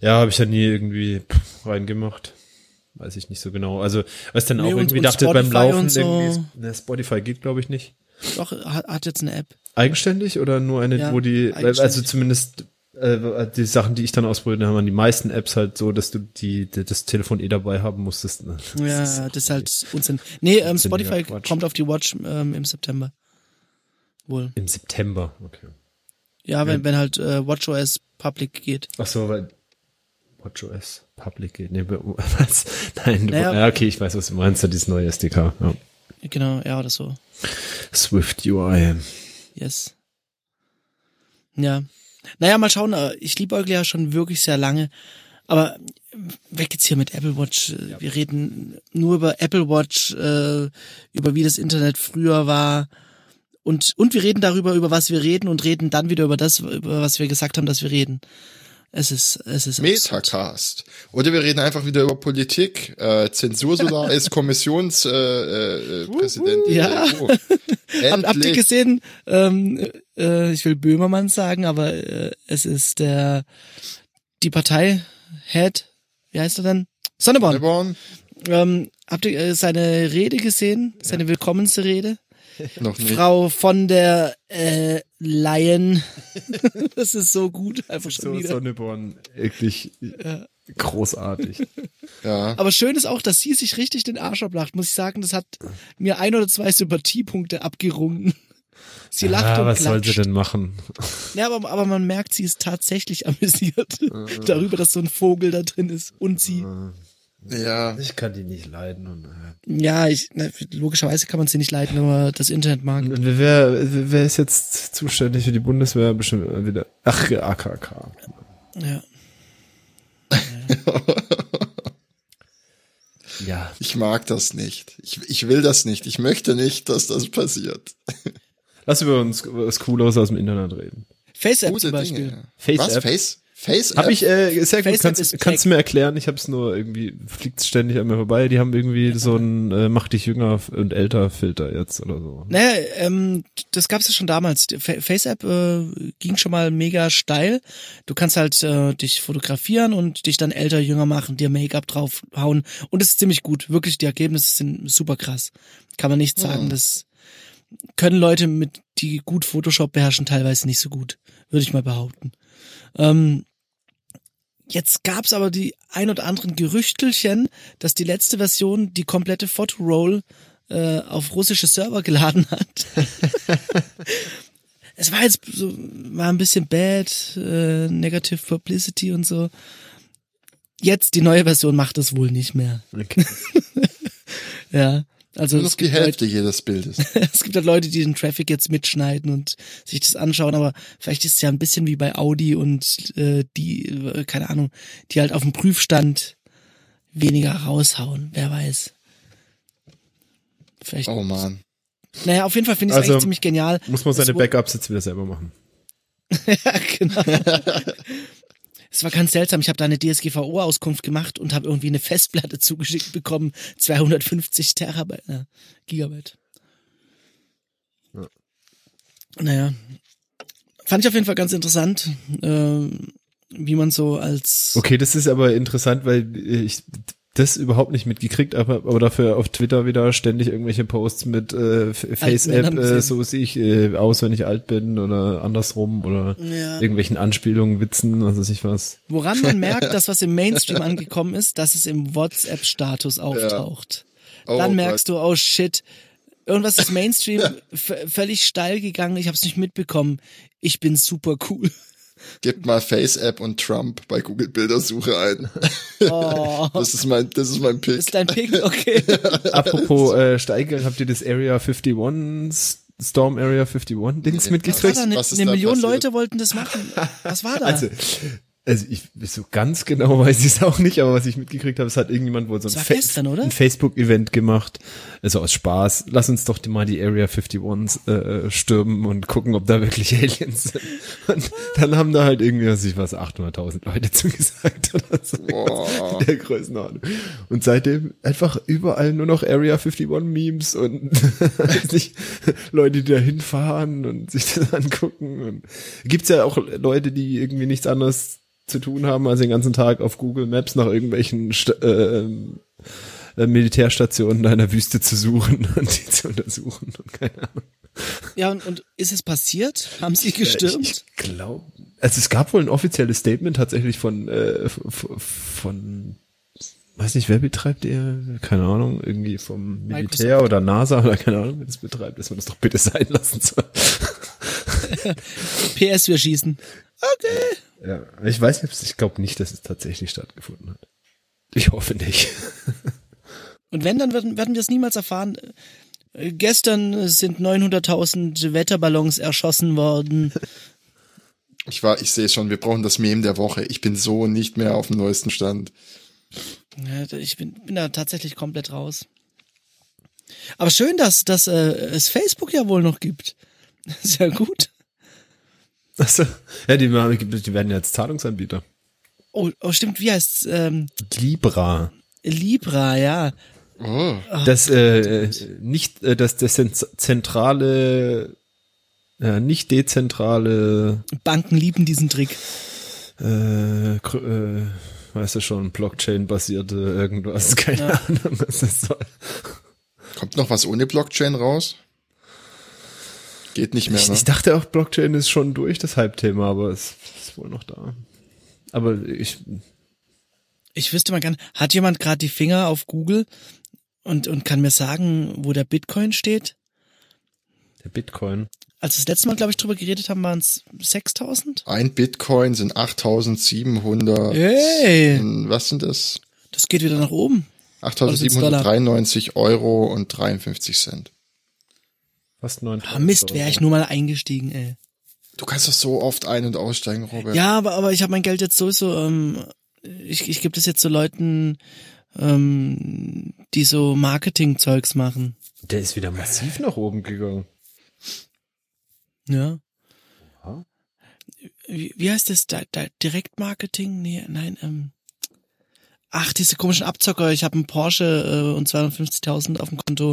[SPEAKER 2] Ja, habe ich ja nie irgendwie pff, reingemacht. Weiß ich nicht so genau. Also, was dann
[SPEAKER 1] Nee,
[SPEAKER 2] auch
[SPEAKER 1] und-
[SPEAKER 2] irgendwie
[SPEAKER 1] und
[SPEAKER 2] dachte beim
[SPEAKER 1] Spotify
[SPEAKER 2] Laufen,
[SPEAKER 1] und so.
[SPEAKER 2] irgendwie, ne, Spotify geht, glaube ich, nicht.
[SPEAKER 1] Doch, hat, hat jetzt eine App.
[SPEAKER 2] Eigenständig oder nur eine,
[SPEAKER 1] Ja,
[SPEAKER 2] wo die, also
[SPEAKER 1] eigenständig.
[SPEAKER 2] zumindest äh, die Sachen, die ich dann ausprobiert habe, haben die meisten Apps halt so, dass du die, die das Telefon eh dabei haben musstest. Ne?
[SPEAKER 1] Ja,
[SPEAKER 2] ist auch
[SPEAKER 1] das ist halt Unsinn. Nee, ähm,
[SPEAKER 2] Unsinniger
[SPEAKER 1] Spotify
[SPEAKER 2] Quatsch.
[SPEAKER 1] kommt auf die Watch ähm, im September. Wohl.
[SPEAKER 2] Im September, okay.
[SPEAKER 1] Ja, wenn, wenn halt äh, WatchOS public geht.
[SPEAKER 2] Ach so, weil WatchOS Public geht. Nee, be- was? Nein, du-
[SPEAKER 1] Naja.
[SPEAKER 2] ja, okay, ich weiß, was du meinst, das ist neue SDK. Ja.
[SPEAKER 1] Genau, ja, oder so.
[SPEAKER 2] Swift UI.
[SPEAKER 1] Yes. Ja. Naja, mal schauen. äh, Ich liebäugle ja schon wirklich sehr lange. Aber weg jetzt hier mit Apple Watch. Äh, Wir reden nur über Apple Watch, äh, über wie das Internet früher war. Und, und wir reden darüber, über was wir reden und reden dann wieder über das, über was wir gesagt haben, dass wir reden. Es ist, es ist.
[SPEAKER 3] Metacast. Oder wir reden einfach wieder über Politik. Äh, Zensur Solar ist Kommissionspräsident äh, äh, Präsident
[SPEAKER 1] Ja.
[SPEAKER 3] der EU.
[SPEAKER 1] Habt, habt ihr
[SPEAKER 3] Endlich.
[SPEAKER 1] gesehen? Ähm, äh, ich will Böhmermann sagen, aber äh, es ist der die Partei Head. Wie heißt er denn? Sonneborn.
[SPEAKER 3] Melbourne?
[SPEAKER 1] Ähm, habt ihr äh, seine Rede gesehen? Seine willkommensrede?
[SPEAKER 3] Noch nicht.
[SPEAKER 1] Frau von der äh, Leyen. das ist so gut, einfach schon wieder.
[SPEAKER 2] Sonneborn, wirklich großartig.
[SPEAKER 3] Ja.
[SPEAKER 1] Aber schön ist auch, dass sie sich richtig den Arsch ablacht, muss ich sagen. Das hat mir ein oder zwei Sympathiepunkte abgerungen. Sie lacht
[SPEAKER 2] ah,
[SPEAKER 1] und
[SPEAKER 2] was soll
[SPEAKER 1] klatscht.
[SPEAKER 2] sie denn machen?
[SPEAKER 1] Ja, aber, aber man merkt, sie ist tatsächlich amüsiert
[SPEAKER 3] Mhm.
[SPEAKER 1] darüber, dass so ein Vogel da drin ist und sie.
[SPEAKER 3] Ja.
[SPEAKER 2] Ich kann die nicht leiden. Und, äh.
[SPEAKER 1] Ja, ich, na, logischerweise kann man sie nicht leiden, wenn man das Internet mag.
[SPEAKER 2] und wer, wer ist jetzt zuständig für die Bundeswehr? Bestimmt wieder. Ach, AKK.
[SPEAKER 1] Ja.
[SPEAKER 2] Ja.
[SPEAKER 3] Ich mag das nicht. Ich, ich will das nicht. Ich möchte nicht, dass das passiert.
[SPEAKER 2] Lass über uns was Cooles aus dem Internet reden.
[SPEAKER 1] Face-App
[SPEAKER 3] Gute
[SPEAKER 1] zum Beispiel.
[SPEAKER 3] Dinge.
[SPEAKER 2] Face
[SPEAKER 3] Was?
[SPEAKER 2] App.
[SPEAKER 3] Face? Face
[SPEAKER 2] Hab ich, äh, sehr gut.
[SPEAKER 1] FaceApp
[SPEAKER 2] Kannst,
[SPEAKER 1] ist
[SPEAKER 2] kannst
[SPEAKER 1] Tech.
[SPEAKER 2] du mir erklären? Ich hab's nur irgendwie, fliegt's ständig an mir vorbei. Die haben irgendwie so einen äh, Mach dich jünger f- und älter Filter jetzt oder so.
[SPEAKER 1] Naja, ähm, das gab's ja schon damals. Die Fa- Face-App äh, ging schon mal mega steil. Du kannst halt äh, dich fotografieren und dich dann älter, jünger machen, dir Make-up draufhauen. Und es ist ziemlich gut. Wirklich, die Ergebnisse sind super krass. Kann man nicht sagen. Das können Leute mit, die gut Photoshop beherrschen, teilweise nicht so gut. Würde ich mal behaupten. Ähm, Jetzt gab's aber die ein oder anderen Gerüchtelchen, dass die letzte Version die komplette Fotoroll äh, auf russische Server geladen hat. es war jetzt so, war ein bisschen bad, äh, negative publicity und so. Jetzt die neue Version macht es wohl nicht mehr. Ja, also
[SPEAKER 3] Nur noch
[SPEAKER 1] es
[SPEAKER 3] die
[SPEAKER 1] gibt, Leute,
[SPEAKER 3] Hälfte jedes Bildes.
[SPEAKER 1] es gibt halt Leute, die den Traffic jetzt mitschneiden und sich das anschauen, aber vielleicht ist es ja ein bisschen wie bei Audi und äh, die, äh, keine Ahnung, die halt auf dem Prüfstand weniger raushauen. Wer weiß. Vielleicht
[SPEAKER 3] Oh man.
[SPEAKER 1] Naja, auf jeden Fall finde ich es
[SPEAKER 2] Also,
[SPEAKER 1] eigentlich ziemlich genial.
[SPEAKER 2] Muss man seine
[SPEAKER 1] Es wo-
[SPEAKER 2] Backups jetzt wieder selber machen.
[SPEAKER 1] Ja, genau. Es war ganz seltsam. Ich habe da eine DSGVO-Auskunft gemacht und habe irgendwie eine Festplatte zugeschickt bekommen. 250 Terabyte, äh, Gigabyte. Naja. Fand ich auf jeden Fall ganz interessant, äh, wie man so als
[SPEAKER 2] Okay, das ist aber interessant, weil ich das überhaupt nicht mitgekriegt habe, aber dafür auf Twitter wieder ständig irgendwelche Posts mit äh, Face-App,
[SPEAKER 1] Männern
[SPEAKER 2] äh,
[SPEAKER 1] gesehen.
[SPEAKER 2] so sehe ich äh, aus, wenn ich alt bin oder andersrum oder
[SPEAKER 1] Ja.
[SPEAKER 2] irgendwelchen Anspielungen, Witzen, was weiß ich was.
[SPEAKER 1] Woran man merkt, dass was im Mainstream angekommen ist, dass es im WhatsApp-Status auftaucht.
[SPEAKER 3] Oh
[SPEAKER 1] Dann
[SPEAKER 3] Gott.
[SPEAKER 1] merkst du, oh shit, irgendwas ist Mainstream v- völlig steil gegangen, ich habe es nicht mitbekommen. Ich bin super cool.
[SPEAKER 3] Gib mal Face-App und Trump bei Google Bildersuche ein.
[SPEAKER 1] Oh,
[SPEAKER 3] Das ist mein, das ist mein Pick.
[SPEAKER 1] ist dein Pick, okay.
[SPEAKER 2] Apropos äh, Steigern, habt ihr das Area 51, Storm Area 51 Dings
[SPEAKER 1] Was war
[SPEAKER 2] mitgekriegt?
[SPEAKER 1] da? Eine,
[SPEAKER 3] was ist
[SPEAKER 1] eine
[SPEAKER 3] da
[SPEAKER 1] Million
[SPEAKER 3] passiert?
[SPEAKER 1] Leute wollten das machen. Was war da?
[SPEAKER 2] Also, also ich so ganz genau weiß ich es auch nicht, aber was ich mitgekriegt habe, es hat irgendjemand wohl so ein,
[SPEAKER 1] war
[SPEAKER 2] Fa-
[SPEAKER 1] gestern, oder?
[SPEAKER 2] ein Facebook-Event gemacht. Also aus Spaß. Lass uns doch die- mal die Area 51s äh, stürmen und gucken, ob da wirklich Aliens sind. Und dann haben da halt irgendwie, was weiß ich was, 800.000 Leute zugesagt oder so.
[SPEAKER 3] Boah.
[SPEAKER 2] In der Größenordnung. Und seitdem einfach überall nur noch Area 51-Memes und weiß nicht, Leute, die da hinfahren und sich das angucken. Und gibt's ja auch Leute, die irgendwie nichts anderes zu tun haben, als den ganzen Tag auf Google Maps nach irgendwelchen St äh, ähm, äh, Militärstationen da in der Wüste zu suchen und die zu untersuchen und keine Ahnung.
[SPEAKER 1] Ja, und, und ist es passiert? Haben sie gestürmt?
[SPEAKER 2] Ich glaube. Also es gab wohl ein offizielles Statement tatsächlich von, äh, f- f- von weiß nicht, wer betreibt ihr? Keine Ahnung, irgendwie vom Militär
[SPEAKER 1] Microsoft.
[SPEAKER 2] oder NASA oder keine Ahnung, wer das betreibt, dass man das doch bitte sein lassen soll.
[SPEAKER 1] PS, wir schießen.
[SPEAKER 2] ja, ich weiß nicht, ich glaube nicht, dass es tatsächlich stattgefunden hat. Ich hoffe nicht.
[SPEAKER 1] Und wenn, dann werden, werden wir es niemals erfahren. Äh, Gestern sind 900.000 Wetterballons erschossen worden.
[SPEAKER 3] Ich war, ich sehe schon, wir brauchen das Meme der Woche. Ich bin so nicht mehr auf dem neuesten Stand.
[SPEAKER 1] Ja, Ich bin, bin da tatsächlich komplett raus. Aber schön, dass, dass äh, es Facebook ja wohl noch gibt. Das ist ja gut.
[SPEAKER 2] Also, ja, die, die werden jetzt Zahlungsanbieter.
[SPEAKER 1] Oh, oh stimmt, wie heißt's? Ähm,
[SPEAKER 2] Libra.
[SPEAKER 1] Libra, ja.
[SPEAKER 3] Oh.
[SPEAKER 2] das äh, nicht äh, das, das zent- zentrale äh, nicht dezentrale
[SPEAKER 1] Banken lieben diesen Trick.
[SPEAKER 2] äh, Kr- äh, weißt du schon Blockchain basierte irgendwas keine Ahnung was das soll
[SPEAKER 3] Kommt noch was ohne Blockchain raus? Geht nicht mehr,
[SPEAKER 2] ich,
[SPEAKER 3] ne?
[SPEAKER 2] ich dachte auch Blockchain ist schon durch das Hype-Thema aber es ist wohl noch da aber ich
[SPEAKER 1] Ich wüsste mal gern, hat jemand gerade die Finger auf Google und, und kann mir sagen, wo der Bitcoin steht?
[SPEAKER 2] der Bitcoin
[SPEAKER 1] Als wir das letzte Mal, glaube ich, drüber geredet haben, waren es 6000?
[SPEAKER 3] Ein Bitcoin sind 8700.
[SPEAKER 1] Hey,
[SPEAKER 3] Was sind das?
[SPEAKER 1] das geht wieder nach oben. Dollar.
[SPEAKER 3] 8793 Euro und 53 Cent.
[SPEAKER 2] fast 9
[SPEAKER 1] Ah, Mist, wäre ich nur mal eingestiegen, ey.
[SPEAKER 3] Du kannst doch so oft ein- und aussteigen, Robert.
[SPEAKER 1] Ja, aber, aber ich habe mein Geld jetzt sowieso, ähm, ich, ich gebe das jetzt zu Leuten, ähm, die so Marketing-Zeugs machen.
[SPEAKER 2] der ist wieder massiv nach oben gegangen
[SPEAKER 1] Ja.
[SPEAKER 2] Oha.
[SPEAKER 1] Wie, wie heißt das? Da, da, Direktmarketing? Nee, nein, ähm. Ach, diese komischen Abzocker. Ich habe einen Porsche äh, und 250.000 auf dem Konto.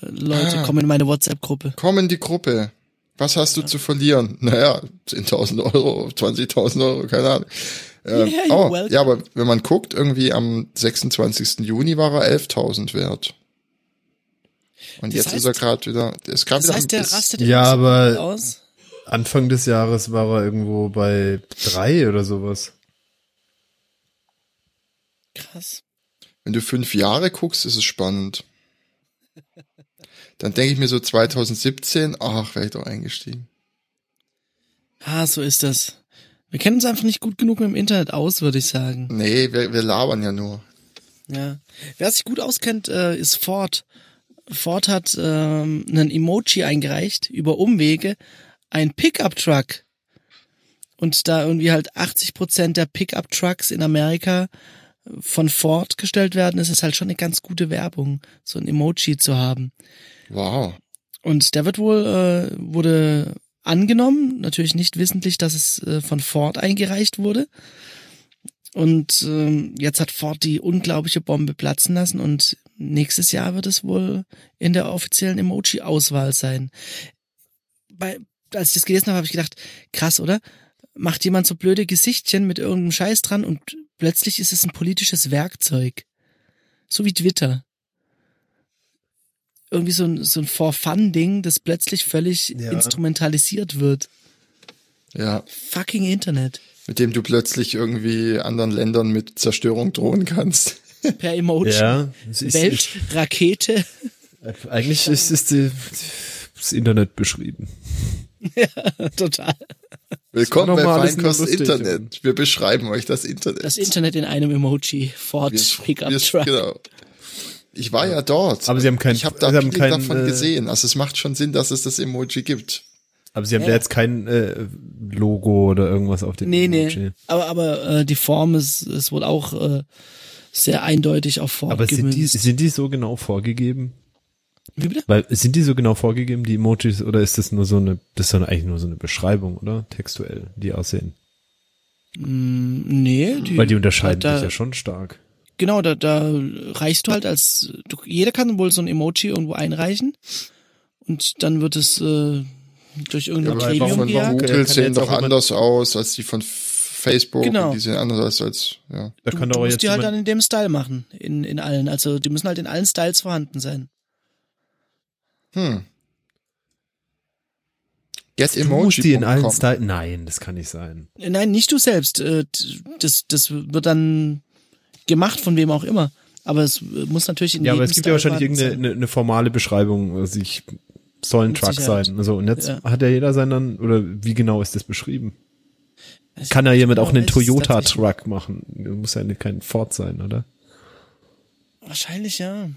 [SPEAKER 1] Äh, Leute
[SPEAKER 3] Ah.
[SPEAKER 1] kommen in meine WhatsApp-Gruppe.
[SPEAKER 3] Komm in die Gruppe. Was hast du zu verlieren? Naja, 10.000 Euro, 20.000 Euro, keine Ahnung. Ähm,
[SPEAKER 1] Yeah, you're
[SPEAKER 3] oh,
[SPEAKER 1] welcome.
[SPEAKER 3] ja, aber wenn man guckt, irgendwie am 26. Juni war er 11.000 wert. Und
[SPEAKER 1] Das
[SPEAKER 3] jetzt
[SPEAKER 1] heißt-
[SPEAKER 3] ist er gerade wieder, ist gerade
[SPEAKER 1] Das
[SPEAKER 3] wieder
[SPEAKER 1] heißt,
[SPEAKER 3] am-
[SPEAKER 1] der
[SPEAKER 3] ist-
[SPEAKER 1] rastet
[SPEAKER 2] Ja,
[SPEAKER 1] jetzt
[SPEAKER 2] aber-
[SPEAKER 1] aus.
[SPEAKER 2] Anfang des Jahres war er irgendwo bei drei oder sowas
[SPEAKER 1] Krass.
[SPEAKER 3] Wenn du fünf Jahre guckst, ist es spannend. Dann denke ich mir so 2017, ach, wäre ich doch eingestiegen.
[SPEAKER 1] Ah, so ist das. Wir kennen uns einfach nicht gut genug mit dem Internet aus, würde ich sagen.
[SPEAKER 3] Nee, wir, wir labern ja nur.
[SPEAKER 1] Ja. Wer sich gut auskennt, äh, ist Ford. Ford hat ähm, einen Emoji eingereicht über Umwege, ein Pickup-Truck. Und da irgendwie halt 80 Prozent der Pickup-Trucks in Amerika äh, von Ford gestellt werden, ist es halt schon eine ganz gute Werbung, so ein Emoji zu haben.
[SPEAKER 3] Wow.
[SPEAKER 1] Und der wird wohl, äh, wurde angenommen, natürlich nicht wissentlich, dass es äh, von Ford eingereicht wurde. Und ähm, jetzt hat Ford die unglaubliche Bombe platzen lassen und nächstes Jahr wird es wohl in der offiziellen Emoji-Auswahl sein. bei, als ich das gelesen habe, habe ich gedacht, krass, oder? Macht jemand so blöde Gesichtchen mit irgendeinem Scheiß dran und plötzlich ist es ein politisches Werkzeug. So wie Twitter. Irgendwie so ein, so ein For-Fun-Ding, das plötzlich völlig
[SPEAKER 2] Ja.
[SPEAKER 1] instrumentalisiert wird.
[SPEAKER 3] Ja,
[SPEAKER 1] Fucking Internet.
[SPEAKER 3] mit dem du plötzlich irgendwie anderen Ländern mit Zerstörung drohen kannst.
[SPEAKER 1] Per Emoji.
[SPEAKER 2] Ja, es ist,
[SPEAKER 1] Welt, Rakete.
[SPEAKER 2] Äh, eigentlich ist, ist die, das Internet beschrieben.
[SPEAKER 1] Total.
[SPEAKER 3] Willkommen
[SPEAKER 2] war doch
[SPEAKER 3] bei
[SPEAKER 2] mal alles
[SPEAKER 3] Feinkost
[SPEAKER 2] nur lustig,
[SPEAKER 3] Internet. Wir beschreiben euch das Internet.
[SPEAKER 1] Das Internet in einem Emoji. Ford
[SPEAKER 3] Wir-
[SPEAKER 1] Pickup
[SPEAKER 3] wir-
[SPEAKER 1] Truck.
[SPEAKER 3] Genau. Ich war ja dort.
[SPEAKER 2] Aber sie haben kein-
[SPEAKER 3] Ich habe da
[SPEAKER 2] sie haben
[SPEAKER 3] viel
[SPEAKER 2] kein,
[SPEAKER 3] davon
[SPEAKER 2] äh,
[SPEAKER 3] gesehen. Also es macht schon Sinn, dass es das Emoji gibt.
[SPEAKER 2] Aber sie haben
[SPEAKER 1] Ja.
[SPEAKER 2] da jetzt kein äh, Logo oder irgendwas auf dem
[SPEAKER 1] Nee, nee.
[SPEAKER 2] Emoji.
[SPEAKER 1] Aber, aber äh, die Form ist, ist wohl auch äh, sehr eindeutig auf Form
[SPEAKER 2] Aber sind die,
[SPEAKER 1] gemünzt.
[SPEAKER 2] sind die so genau vorgegeben?
[SPEAKER 1] Wie bitte?
[SPEAKER 2] Weil sind die so genau vorgegeben, die Emojis, oder ist das nur so eine, das ist dann eigentlich nur so eine Beschreibung, oder? Textuell, die aussehen.
[SPEAKER 1] Mm, nee, die,
[SPEAKER 2] Weil die unterscheiden
[SPEAKER 1] da,
[SPEAKER 2] sich ja schon stark.
[SPEAKER 1] Genau, da, da reichst du halt als du, jeder kann wohl so ein Emoji irgendwo einreichen und dann wird es äh, durch
[SPEAKER 3] Ja,
[SPEAKER 1] irgendein
[SPEAKER 3] aber die
[SPEAKER 1] Gremium
[SPEAKER 2] Premium Jack?
[SPEAKER 3] von
[SPEAKER 1] gejagt.
[SPEAKER 2] Ja, kann
[SPEAKER 3] Google
[SPEAKER 2] jetzt
[SPEAKER 3] sehen
[SPEAKER 2] auch
[SPEAKER 3] doch
[SPEAKER 2] jemand-
[SPEAKER 3] anders aus als die von Facebook.
[SPEAKER 1] Genau.
[SPEAKER 3] Und die sehen anders aus als, ja.
[SPEAKER 2] Da
[SPEAKER 1] Du,
[SPEAKER 2] kann
[SPEAKER 1] du musst
[SPEAKER 2] doch Genau, jetzt
[SPEAKER 1] die halt
[SPEAKER 2] jemand-
[SPEAKER 1] dann in dem Style machen, in, in allen. Also die müssen halt in allen Styles vorhanden sein.
[SPEAKER 3] Hm. Get
[SPEAKER 2] Du musst die in allen
[SPEAKER 3] Emoji.com.
[SPEAKER 2] Style. Nein, das kann nicht sein.
[SPEAKER 1] Nein, nicht du selbst. äh, d- Das, das wird dann gemacht von wem auch immer. Aber es äh, muss natürlich in
[SPEAKER 2] Ja, aber
[SPEAKER 1] jedem
[SPEAKER 2] es gibt
[SPEAKER 1] Style
[SPEAKER 2] ja wahrscheinlich
[SPEAKER 1] vorhanden
[SPEAKER 2] irgendeine
[SPEAKER 1] sein.
[SPEAKER 2] eine, eine formale Beschreibung. Also ich soll ein
[SPEAKER 1] Mit
[SPEAKER 2] Truck
[SPEAKER 1] Sicherheit.
[SPEAKER 2] sein. Also und jetzt
[SPEAKER 1] Ja.
[SPEAKER 2] hat ja jeder seinen dann, oder wie genau ist das beschrieben?
[SPEAKER 1] Ich-
[SPEAKER 2] Kann ja jemand auch einen
[SPEAKER 1] genau, weiß es
[SPEAKER 2] Toyota
[SPEAKER 1] tatsächlich
[SPEAKER 2] Truck machen? Muss ja nicht kein Ford sein, oder?
[SPEAKER 1] nicht. Wahrscheinlich, ja.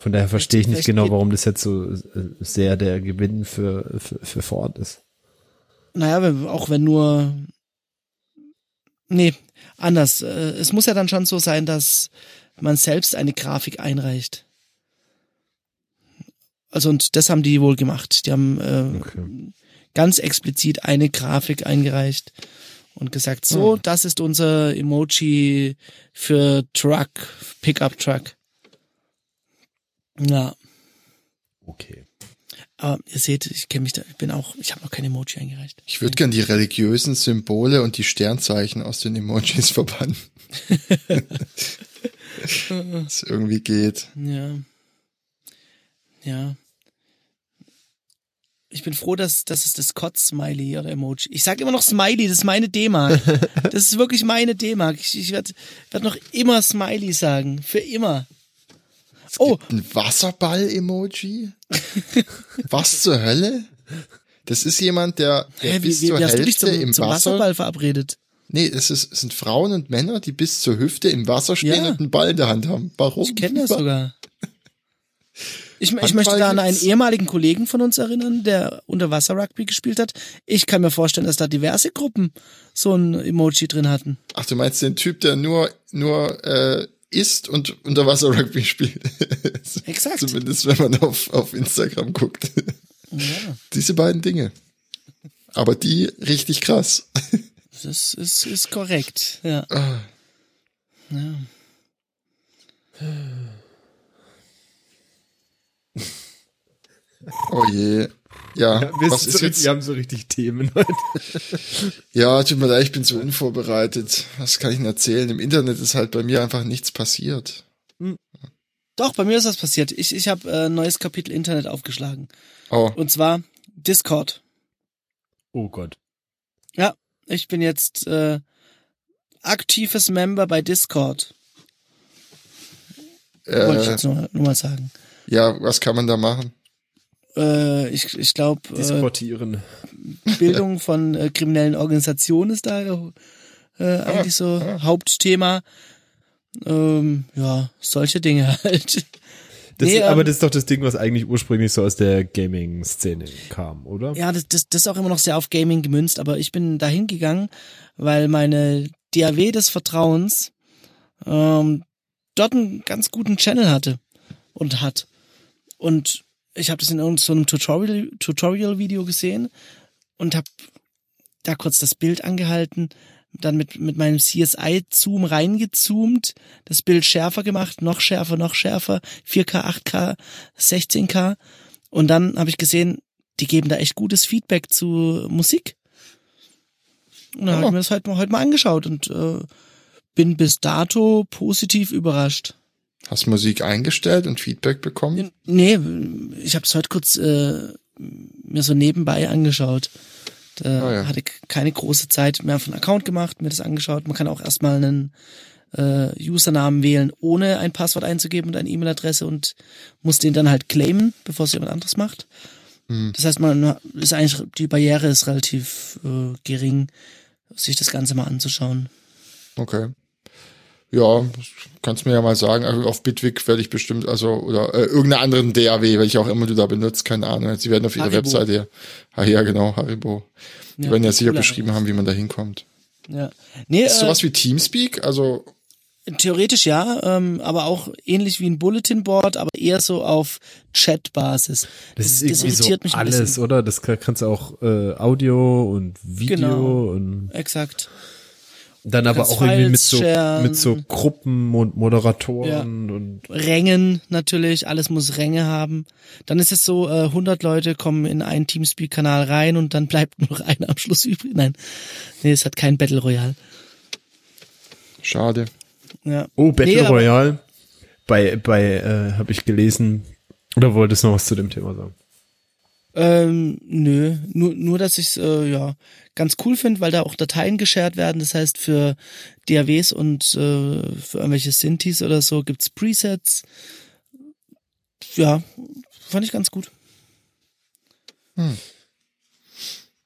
[SPEAKER 2] Von daher verstehe ich nicht
[SPEAKER 1] Vielleicht
[SPEAKER 2] genau,
[SPEAKER 1] geht-
[SPEAKER 2] warum das jetzt so äh, sehr der Gewinn für, für, für Ford ist.
[SPEAKER 1] Naja, wenn- auch wenn nur. Nee, anders. Äh, Es muss ja dann schon so sein, dass man selbst eine Grafik einreicht. Also, und das haben die wohl gemacht. Die haben äh,
[SPEAKER 2] Okay.
[SPEAKER 1] ganz explizit eine Grafik eingereicht und gesagt, so, das ist unser Emoji für Truck, Pickup Truck. Ja,
[SPEAKER 2] okay.
[SPEAKER 1] aber ihr seht, ich kenne mich da, ich bin auch, ich habe noch kein Emoji eingereicht.
[SPEAKER 3] Ich würde gern die religiösen Symbole und die Sternzeichen aus den Emojis verbannen. Dass irgendwie geht.
[SPEAKER 1] Ja. Ja. Ich bin froh, dass, dass es das Kotz-Smiley oder Emoji. Ich sage immer noch Smiley, das ist meine D-Mark. Das ist wirklich meine D-Mark. Ich, ich werde werd noch immer Smiley sagen. Für immer. Oh,
[SPEAKER 3] Ein Wasserball-Emoji? Was zur Hölle? Das ist jemand, der, der
[SPEAKER 1] hä,
[SPEAKER 3] bis
[SPEAKER 1] wie, wie,
[SPEAKER 3] zur
[SPEAKER 1] wie hast du dich
[SPEAKER 3] Hälfte
[SPEAKER 1] zum,
[SPEAKER 3] im
[SPEAKER 1] zum
[SPEAKER 3] Wasser
[SPEAKER 1] Wasserball verabredet?
[SPEAKER 3] Nee, es, ist, es sind Frauen und Männer, die bis zur Hüfte im Wasser stehen
[SPEAKER 1] Ja.
[SPEAKER 3] und einen Ball in der Hand haben. Warum?
[SPEAKER 1] Ich kenne das
[SPEAKER 3] Wa-
[SPEAKER 1] sogar. Ich, ich
[SPEAKER 3] Handball
[SPEAKER 1] möchte da an einen
[SPEAKER 3] gibt's?
[SPEAKER 1] ehemaligen Kollegen von uns erinnern, der unter Wasser Rugby gespielt hat. Ich kann mir vorstellen, dass da diverse Gruppen so ein Emoji drin hatten.
[SPEAKER 3] Ach, du meinst den Typ, der nur, nur äh, isst und unter Wasser Rugby spielt.
[SPEAKER 1] Exakt.
[SPEAKER 3] Zumindest wenn man auf, auf Instagram guckt.
[SPEAKER 1] Ja,
[SPEAKER 3] Diese beiden Dinge. Aber die richtig krass.
[SPEAKER 1] das ist, ist korrekt. Ja.
[SPEAKER 3] Ah.
[SPEAKER 1] ja.
[SPEAKER 3] Oh je. Ja,
[SPEAKER 2] Wir,
[SPEAKER 3] was ist jetzt?
[SPEAKER 2] haben so richtig Themen heute.
[SPEAKER 3] Ja, tut mir leid, ich bin so unvorbereitet. Was kann ich denn erzählen? Im Internet ist halt bei mir einfach nichts passiert.
[SPEAKER 1] Doch, bei mir ist was passiert. Ich, ich habe äh, ein neues Kapitel Internet aufgeschlagen.
[SPEAKER 3] Oh,
[SPEAKER 1] Und zwar Discord.
[SPEAKER 2] Oh Gott.
[SPEAKER 1] Ich bin jetzt äh, aktives Member bei Discord. Wollte ich
[SPEAKER 3] äh,
[SPEAKER 1] jetzt nur, nur mal sagen.
[SPEAKER 3] ja, was kann man da machen?
[SPEAKER 1] Äh, ich ich glaube, äh,
[SPEAKER 2] Disportieren.
[SPEAKER 1] Bildung von äh, kriminellen Organisationen ist da äh, eigentlich so Hauptthema. Ähm, ja, solche Dinge halt.
[SPEAKER 2] Das,
[SPEAKER 1] nee,
[SPEAKER 2] aber
[SPEAKER 1] ähm,
[SPEAKER 2] das ist doch das Ding, was eigentlich ursprünglich so aus der Gaming-Szene kam, oder?
[SPEAKER 1] Ja, das, das, das ist auch immer noch sehr auf Gaming gemünzt, aber ich bin dahin gegangen, weil meine DAW des Vertrauens ähm, dort einen ganz guten Channel hatte und hat. Und ich habe das in irgendeinem so einem Tutorial- Tutorial-Video gesehen und habe da kurz das Bild angehalten, dann mit, mit meinem CSI-Zoom reingezoomt, das Bild schärfer gemacht, noch schärfer, noch schärfer, 4K, 8K, 16K. Und dann habe ich gesehen, die geben da echt gutes Feedback zu Musik. Und dann hab ich mir das halt mal, heute mal angeschaut und äh, bin bis dato positiv überrascht.
[SPEAKER 3] Hast Musik eingestellt und Feedback bekommen?
[SPEAKER 1] Nee, ich habe es heute kurz äh, mir so nebenbei angeschaut. Da
[SPEAKER 3] Ah, ja.
[SPEAKER 1] hatte ich keine große Zeit mehr auf einen Account gemacht, mir das angeschaut. Man kann auch erstmal einen äh, Usernamen wählen, ohne ein Passwort einzugeben und eine E-Mail-Adresse und muss den dann halt claimen, bevor es jemand anderes macht.
[SPEAKER 3] Mhm.
[SPEAKER 1] Das heißt, man ist eigentlich, die Barriere ist relativ äh, gering, sich das Ganze mal anzuschauen.
[SPEAKER 3] Okay. Ja, kannst mir ja mal sagen, also auf Bitwig werde ich bestimmt, also, oder äh, irgendeiner anderen DAW, welche auch immer du da benutzt, keine Ahnung. Sie werden auf ihrer
[SPEAKER 1] Haribo.
[SPEAKER 3] Webseite ja, ah, ja genau, Haribo. Die
[SPEAKER 1] Ja,
[SPEAKER 3] werden ja sicher
[SPEAKER 1] cooler Äh,
[SPEAKER 3] beschrieben haben, wie man da hinkommt.
[SPEAKER 1] Ja. Nee,
[SPEAKER 3] Ist sowas wie Teamspeak? Also,
[SPEAKER 1] Theoretisch ja, ähm, aber auch ähnlich wie ein Bulletin Board, aber eher so auf Chat-Basis.
[SPEAKER 2] Das ist irgendwie so alles, oder? Das kann, kannst du auch äh, Audio und Video
[SPEAKER 1] Genau.
[SPEAKER 2] und
[SPEAKER 1] Exakt.
[SPEAKER 2] dann aber
[SPEAKER 1] kannst
[SPEAKER 2] auch irgendwie mit
[SPEAKER 1] Files
[SPEAKER 2] so
[SPEAKER 1] sharen.
[SPEAKER 2] mit so Gruppen und Moderatoren und
[SPEAKER 1] Rängen natürlich, alles muss Ränge haben. Dann ist es so, äh, 100 Leute kommen in einen Teamspeak-Kanal rein und dann bleibt nur noch einer am Schluss übrig. Nein, nee, es hat kein Battle Royale.
[SPEAKER 3] schade.
[SPEAKER 1] Ja.
[SPEAKER 2] Oh, Battle
[SPEAKER 1] Nee, aber-
[SPEAKER 2] Royale. Bei bei äh, habe ich gelesen oder wolltest du noch was zu dem Thema sagen?
[SPEAKER 1] Ähm, nö, nur, nur dass ich es äh, ja, ganz cool finde, weil da auch Dateien geshared werden. Das heißt, für DAWs und äh, für irgendwelche Synthes oder so gibt's Presets. Ja, fand ich ganz gut.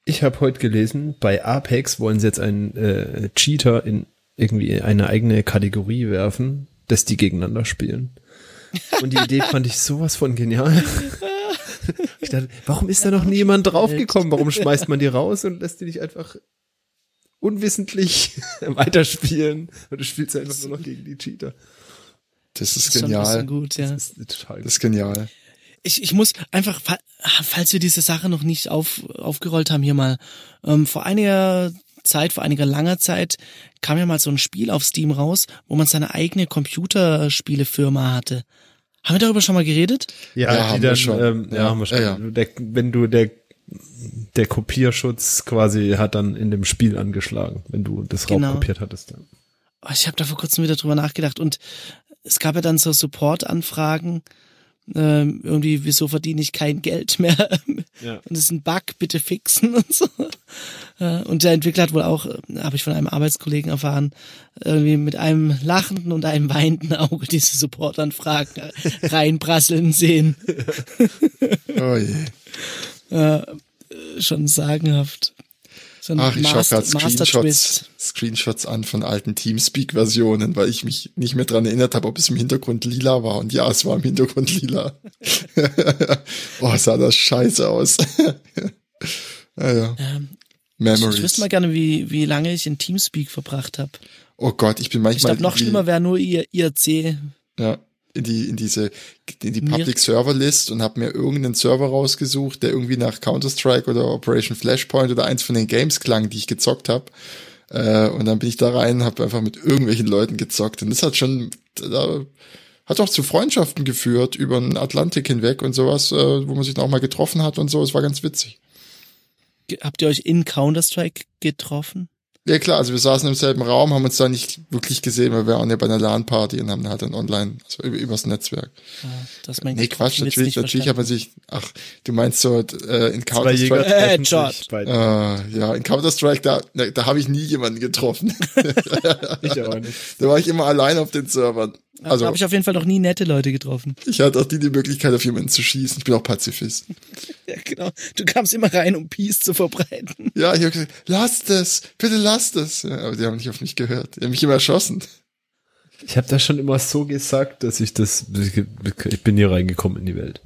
[SPEAKER 2] Ich habe heute gelesen, bei Apex wollen sie jetzt einen äh, Cheater in irgendwie eine eigene Kategorie werfen, dass die gegeneinander spielen. Und die Idee fand ich sowas von genial. Ich dachte, warum ist da noch niemand draufgekommen? Warum schmeißt man die raus und lässt die nicht einfach unwissentlich weiterspielen? Und du spielst einfach nur noch gegen die Cheater.
[SPEAKER 3] Das ist
[SPEAKER 1] Ist schon ein bisschen
[SPEAKER 3] genial.
[SPEAKER 1] gut, ja.
[SPEAKER 2] Das ist total
[SPEAKER 3] Das ist genial.
[SPEAKER 1] Ich, ich muss einfach, fa- falls wir diese Sache noch nicht auf, aufgerollt haben, hier mal, ähm, vor einiger Zeit, vor einiger langer Zeit, kam ja mal so ein Spiel auf Steam raus, wo man seine eigene Computerspielefirma hatte. Haben wir darüber schon mal geredet?
[SPEAKER 2] Ja,
[SPEAKER 3] Ja,
[SPEAKER 2] die
[SPEAKER 3] haben wir
[SPEAKER 2] dann,
[SPEAKER 3] schon.
[SPEAKER 2] Ähm, ja,
[SPEAKER 3] Ja,
[SPEAKER 2] haben wir schon.
[SPEAKER 3] ja, ja.
[SPEAKER 2] Der, wenn du der, der Kopierschutz quasi hat dann in dem Spiel angeschlagen, wenn du das
[SPEAKER 1] Genau.
[SPEAKER 2] raubkopiert hattest. Dann.
[SPEAKER 1] Oh, Ich habe da vor kurzem wieder drüber nachgedacht und es gab ja dann so Support-Anfragen, ähm, irgendwie, wieso verdiene ich kein Geld mehr?
[SPEAKER 2] Ja.
[SPEAKER 1] Und es ist ein Bug, bitte fixen und so. Ja, Und der Entwickler hat wohl auch, äh, habe ich von einem Arbeitskollegen erfahren, irgendwie mit einem lachenden und einem weinenden Auge diese Support-Anfragen reinprasseln sehen.
[SPEAKER 3] Oh je.
[SPEAKER 1] Schon sagenhaft. So ein
[SPEAKER 3] Ach, ich schaue
[SPEAKER 1] Master-
[SPEAKER 3] gerade
[SPEAKER 1] Master-Twist.
[SPEAKER 3] Screenshots, Screenshots an von alten Teamspeak-Versionen, weil ich mich nicht mehr dran erinnert habe, ob es im Hintergrund lila war. Und ja, es war im Hintergrund lila. Boah, sah das scheiße aus. naja.
[SPEAKER 1] Ähm, Ich wüsste
[SPEAKER 3] Memories.
[SPEAKER 1] mal gerne, wie, wie lange ich in Teamspeak verbracht habe.
[SPEAKER 3] Oh Gott, ich bin
[SPEAKER 1] Ich
[SPEAKER 3] manchmal
[SPEAKER 1] glaube, noch
[SPEAKER 3] irgendwie-
[SPEAKER 1] schlimmer wäre nur ihr IRC.
[SPEAKER 3] ja, in die in diese in die
[SPEAKER 1] Mir-
[SPEAKER 3] Public Server List und habe mir irgendeinen Server rausgesucht, der irgendwie nach Counter Strike oder Operation Flashpoint oder eins von den Games klang, die ich gezockt habe. Äh, und dann bin ich da rein, habe einfach mit irgendwelchen Leuten gezockt und das hat schon da, hat auch zu Freundschaften geführt über den Atlantik hinweg und sowas, äh, wo man sich dann auch mal getroffen hat und so. Es war ganz witzig.
[SPEAKER 1] Ge- Habt ihr euch in Counter-Strike getroffen?
[SPEAKER 3] Ja klar, also wir saßen im selben Raum, haben uns da nicht wirklich gesehen, weil wir waren ja bei einer LAN-Party und haben halt dann online, also über, übers Netzwerk.
[SPEAKER 1] Das mein
[SPEAKER 3] Nee, Quatsch,
[SPEAKER 1] Witz
[SPEAKER 3] natürlich,
[SPEAKER 1] nicht
[SPEAKER 3] natürlich hat man sich, ach, du meinst so, äh, in
[SPEAKER 2] Jäger
[SPEAKER 3] Counter-Strike,
[SPEAKER 1] treffen
[SPEAKER 2] treffen
[SPEAKER 1] sich Headshot.
[SPEAKER 2] sich bei,
[SPEAKER 3] äh, ja, in Counter-Strike, da, da, da habe ich nie jemanden getroffen.
[SPEAKER 2] ich auch nicht.
[SPEAKER 3] da war ich immer allein auf den Servern.
[SPEAKER 1] Also, da
[SPEAKER 3] Also,
[SPEAKER 1] habe ich auf jeden Fall noch nie nette Leute getroffen.
[SPEAKER 3] ich hatte auch nie die Möglichkeit, auf jemanden zu schießen. Ich bin auch Pazifist.
[SPEAKER 1] Ja, genau. Du kamst immer rein, um Peace zu verbreiten.
[SPEAKER 3] Ja, ich habe gesagt, lasst es, bitte lasst es. Ja, aber die haben nicht auf mich gehört. Die haben mich immer erschossen.
[SPEAKER 2] Ich habe das schon immer so gesagt, dass ich das, ich bin hier reingekommen in die Welt.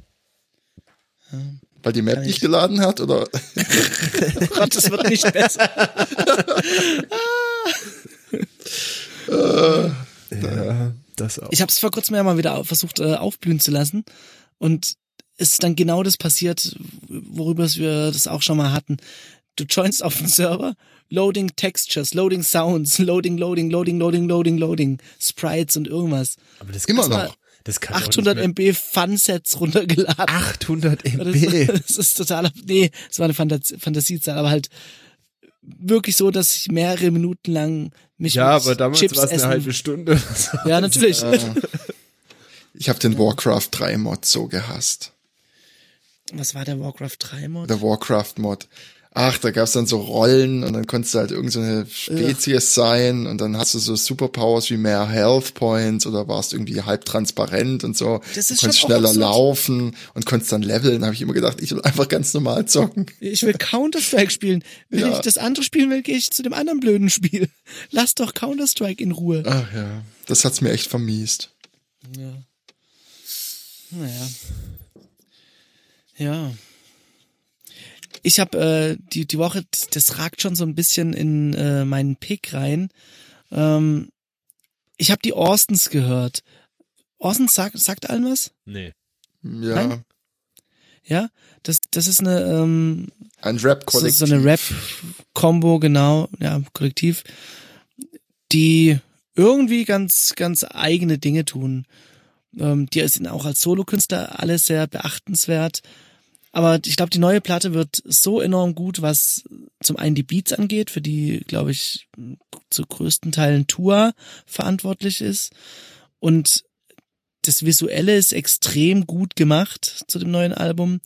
[SPEAKER 3] Weil die Map
[SPEAKER 1] Kann ich-
[SPEAKER 3] nicht geladen hat oder
[SPEAKER 1] Oh Gott, das wird nicht besser.
[SPEAKER 2] Ja, das auch.
[SPEAKER 1] Ich habe es vor kurzem ja mal wieder au- versucht, äh, aufblühen zu lassen. Und es ist dann genau das passiert, worüber es wir das auch schon mal hatten. Du joinst auf den Server, loading Textures, loading Sounds, loading, loading, loading, loading, loading, loading, Sprites und irgendwas.
[SPEAKER 2] Aber das
[SPEAKER 3] immer
[SPEAKER 2] kannst du-
[SPEAKER 3] noch.
[SPEAKER 2] Das kann doch nicht
[SPEAKER 1] 800
[SPEAKER 2] mehr- Ah,
[SPEAKER 1] MB Funsets runtergeladen.
[SPEAKER 2] 800
[SPEAKER 1] Das,
[SPEAKER 2] MB.
[SPEAKER 1] das ist total, nee, es war eine Fantas Fantasiezahl, aber halt wirklich so, dass ich mehrere Minuten lang mich mit
[SPEAKER 2] Ja, aber damals
[SPEAKER 1] Chips
[SPEAKER 2] war es eine
[SPEAKER 1] essen.
[SPEAKER 2] halbe Stunde.
[SPEAKER 1] Ja, natürlich.
[SPEAKER 3] Ich habe den Warcraft 3 Mod so gehasst.
[SPEAKER 1] Was war der Warcraft 3 Mod?
[SPEAKER 3] Der Warcraft Mod. Ach, da gab's dann so Rollen und dann konntest du halt irgendeine so eine Spezies sein und dann hast du so Superpowers wie mehr Health Points oder warst irgendwie halb transparent und so.
[SPEAKER 1] Das ist
[SPEAKER 3] du konntest
[SPEAKER 1] schon auch
[SPEAKER 3] schneller
[SPEAKER 1] absurd.
[SPEAKER 3] laufen und konntest dann leveln. Habe ich immer gedacht, ich will einfach ganz normal zocken.
[SPEAKER 1] Ich will Counter-Strike spielen. Wenn
[SPEAKER 3] Ja.
[SPEAKER 1] ich das andere spielen will, gehe ich zu dem anderen blöden Spiel. Lass doch Counter-Strike in Ruhe.
[SPEAKER 3] Ach ja, das hat's mir echt vermiest.
[SPEAKER 1] Ja. Naja. Ja. Ich habe äh, die, die Woche, das- das ragt schon so ein bisschen in äh, meinen Pick rein. Ähm, ich habe die Orstens gehört. Orstens sagt, sagt allen was?
[SPEAKER 2] Nee.
[SPEAKER 3] Ja,
[SPEAKER 1] Nein. Ja? Das, das ist eine, ähm,
[SPEAKER 3] ein Rap
[SPEAKER 1] so,
[SPEAKER 3] Kollektiv.
[SPEAKER 1] so eine Rap-Kombo, genau, ja, Kollektiv, die irgendwie ganz, ganz eigene Dinge tun. Ähm, die sind auch als Solokünstler alle sehr beachtenswert. Aber ich glaube, die neue Platte wird so enorm gut, was zum einen die Beats angeht, für die, glaube ich, zu größten Teilen Tua verantwortlich ist. Und das Visuelle ist extrem gut gemacht zu dem neuen Album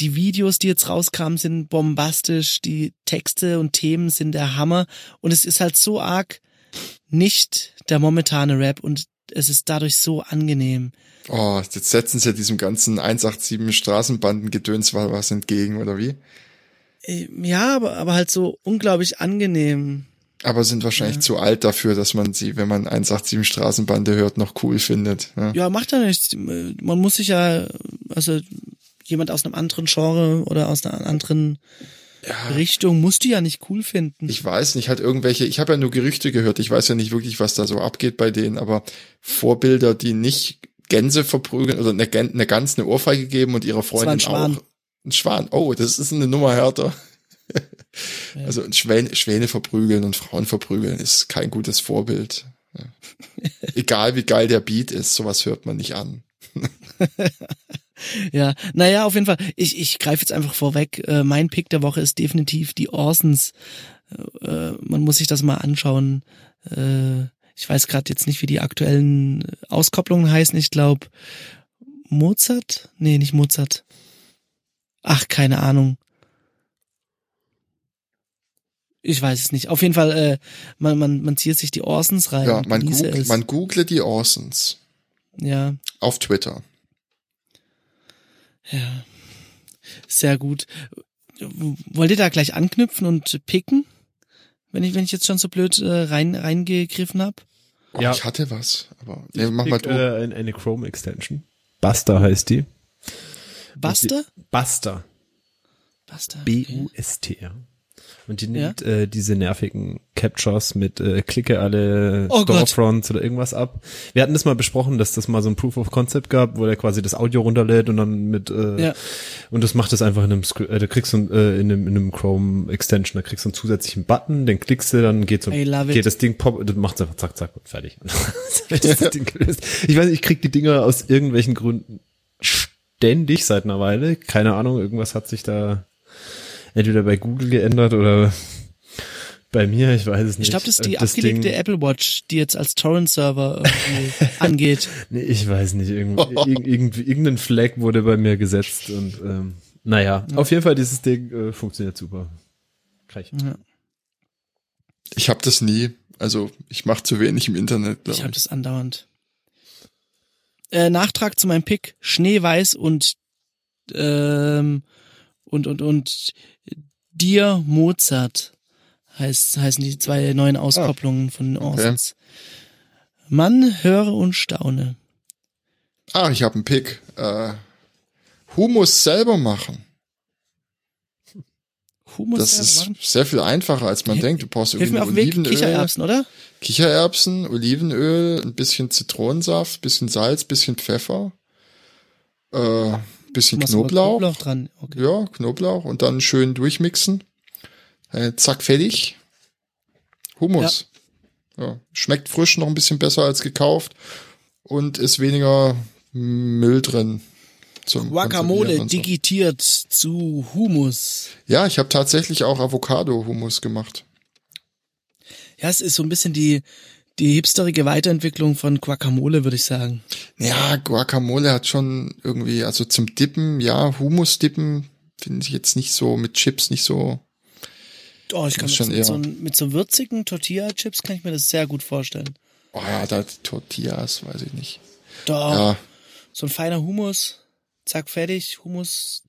[SPEAKER 1] die Videos, die jetzt rauskamen, sind bombastisch, die Texte und Themen sind der Hammer und es ist halt so arg nicht der momentane Rap und es ist dadurch so angenehm.
[SPEAKER 3] Oh, jetzt setzen sie diesem ganzen 187 Straßenbandengedöns mal was entgegen, oder wie?
[SPEAKER 1] Äh, Ja, aber, aber halt so unglaublich angenehm.
[SPEAKER 3] Aber sind wahrscheinlich
[SPEAKER 1] Ja.
[SPEAKER 3] zu alt dafür, dass man sie, wenn man 187 Straßenbande hört, noch cool findet. ne? Ja.
[SPEAKER 1] Ja, macht ja nichts. Man muss sich ja, also jemand aus einem anderen Genre oder aus einer anderen Richtung muss die ja nicht cool finden.
[SPEAKER 3] Ich weiß nicht, halt irgendwelche, ich habe ja nur Gerüchte gehört, ich weiß ja nicht wirklich, was da so abgeht bei denen, aber Vorbilder, die nicht Gänse verprügeln oder eine, Gän- eine Gans eine Ohrfeige geben und ihrer
[SPEAKER 1] war ein
[SPEAKER 3] Freundin
[SPEAKER 1] Schwan.
[SPEAKER 3] auch. Ein Schwan. Oh, das ist eine Nummer härter. also Schwäne, Schwäne verprügeln und Frauen verprügeln ist kein gutes Vorbild. Ja. Egal wie geil der Beat ist, sowas hört man nicht an.
[SPEAKER 1] Ja, naja, auf jeden Fall. Ich, ich greife jetzt einfach vorweg. Äh, mein Pick der Woche ist definitiv die Orsons. Äh, man muss sich das mal anschauen. Äh, ich weiß gerade jetzt nicht, wie die aktuellen Auskopplungen heißen. Ich glaube, Mozart? Nee, nicht Mozart. Ach, keine Ahnung. Ich weiß es nicht. Auf jeden Fall, äh, man, man, man zieht sich die Orsons rein.
[SPEAKER 3] Ja,
[SPEAKER 1] und
[SPEAKER 3] man,
[SPEAKER 1] genieße
[SPEAKER 3] googelt,
[SPEAKER 1] es.
[SPEAKER 3] man google die Orsons
[SPEAKER 1] ja.
[SPEAKER 3] auf Twitter.
[SPEAKER 1] Ja, sehr gut. Wollt ihr da gleich anknüpfen und picken? Wenn ich, wenn ich jetzt schon so blöd äh, rein, reingegriffen hab?
[SPEAKER 3] Oh,
[SPEAKER 2] Ja.
[SPEAKER 3] Ich hatte was, aber nee, mach mal du.
[SPEAKER 2] Äh, ein- eine Chrome-Extension. Buster heißt die.
[SPEAKER 1] Buster?
[SPEAKER 2] Buster.
[SPEAKER 1] Buster. Okay.
[SPEAKER 2] B-U-S-T-R. Und die nimmt äh, diese nervigen Captures mit äh, klicke alle
[SPEAKER 1] Oh Gott.
[SPEAKER 2] Storefronts oder irgendwas ab. Wir hatten das mal besprochen, dass das mal so ein Proof of Concept gab, wo der quasi das Audio runterlädt und dann mit äh,
[SPEAKER 1] Ja.
[SPEAKER 2] und das macht das einfach in einem Scr- äh, da kriegst du äh, in einem, in einem Chrome Extension, da kriegst du einen zusätzlichen Button, den klickst du, dann geht so
[SPEAKER 1] I love it.
[SPEAKER 2] geht das Ding pop, das macht einfach zack zack und fertig. Und dann ist das Ding gelöst. ich weiß, nicht, ich krieg die Dinger aus irgendwelchen Gründen ständig seit einer Weile, keine Ahnung, irgendwas hat sich da entweder bei Google geändert oder bei mir, ich weiß es nicht. Äh,
[SPEAKER 1] Ich glaube, das ist die
[SPEAKER 2] Das
[SPEAKER 1] abgelegte
[SPEAKER 2] Ding-
[SPEAKER 1] Apple Watch, die jetzt als Torrent-Server irgendwie angeht.
[SPEAKER 2] Nee, ich weiß nicht. Irgend, irg- irgendwie, irgendein Flag wurde bei mir gesetzt und ähm, naja, auf jeden Fall dieses Ding äh, funktioniert super. Kann ich.
[SPEAKER 1] Ja.
[SPEAKER 3] Ich habe das nie. Also ich mache zu wenig im Internet,
[SPEAKER 1] Ich
[SPEAKER 3] glaube
[SPEAKER 1] habe
[SPEAKER 3] ich.
[SPEAKER 1] das andauernd. Äh, Nachtrag zu meinem Pick: Schneeweiß und ähm, und und und dir Mozart heißt heißen die zwei neuen
[SPEAKER 3] Ah.
[SPEAKER 1] Auskopplungen von den Orsons. Mann höre und staune.
[SPEAKER 3] Ah, ich habe einen Pick. Äh, Humus selber machen.
[SPEAKER 1] Humus
[SPEAKER 3] das
[SPEAKER 1] selber
[SPEAKER 3] ist
[SPEAKER 1] machen.
[SPEAKER 3] sehr viel einfacher, als man
[SPEAKER 1] Hilf-
[SPEAKER 3] denkt. Du brauchst
[SPEAKER 1] Hilf
[SPEAKER 3] irgendwie
[SPEAKER 1] mir auf den Weg
[SPEAKER 3] Olivenöl,
[SPEAKER 1] Kichererbsen, oder?
[SPEAKER 3] Kichererbsen, Olivenöl, ein bisschen Zitronensaft, bisschen Salz, bisschen Pfeffer, äh, bisschen
[SPEAKER 1] Machst du mal
[SPEAKER 3] Knoblauch.
[SPEAKER 1] Knoblauch dran. Okay.
[SPEAKER 3] Ja, Knoblauch und dann schön durchmixen. Äh, zack, fertig. Hummus. Ja. Schmeckt frisch noch ein bisschen besser als gekauft. und ist weniger Müll drin. zum Konservieren
[SPEAKER 1] Guacamole
[SPEAKER 3] und so.
[SPEAKER 1] digitiert zu Humus.
[SPEAKER 3] Ja, ich habe tatsächlich auch Avocado-Hummus gemacht.
[SPEAKER 1] Ja, es ist so ein bisschen die, die hipsterige Weiterentwicklung von Guacamole, würde ich sagen.
[SPEAKER 3] Ja, Guacamole hat schon irgendwie, also zum Dippen, ja, Hummus-Dippen finde ich jetzt nicht so, mit Chips nicht so.
[SPEAKER 1] Oh, ich kann
[SPEAKER 3] Das
[SPEAKER 1] mir
[SPEAKER 3] schon
[SPEAKER 1] das
[SPEAKER 3] eher.
[SPEAKER 1] mit, so, mit so würzigen Tortilla-Chips kann ich mir das sehr gut vorstellen.
[SPEAKER 3] Oh ja, da die Tortillas, weiß ich nicht.
[SPEAKER 1] Doch,
[SPEAKER 3] Ja,
[SPEAKER 1] so ein feiner Humus, zack, fertig, Humus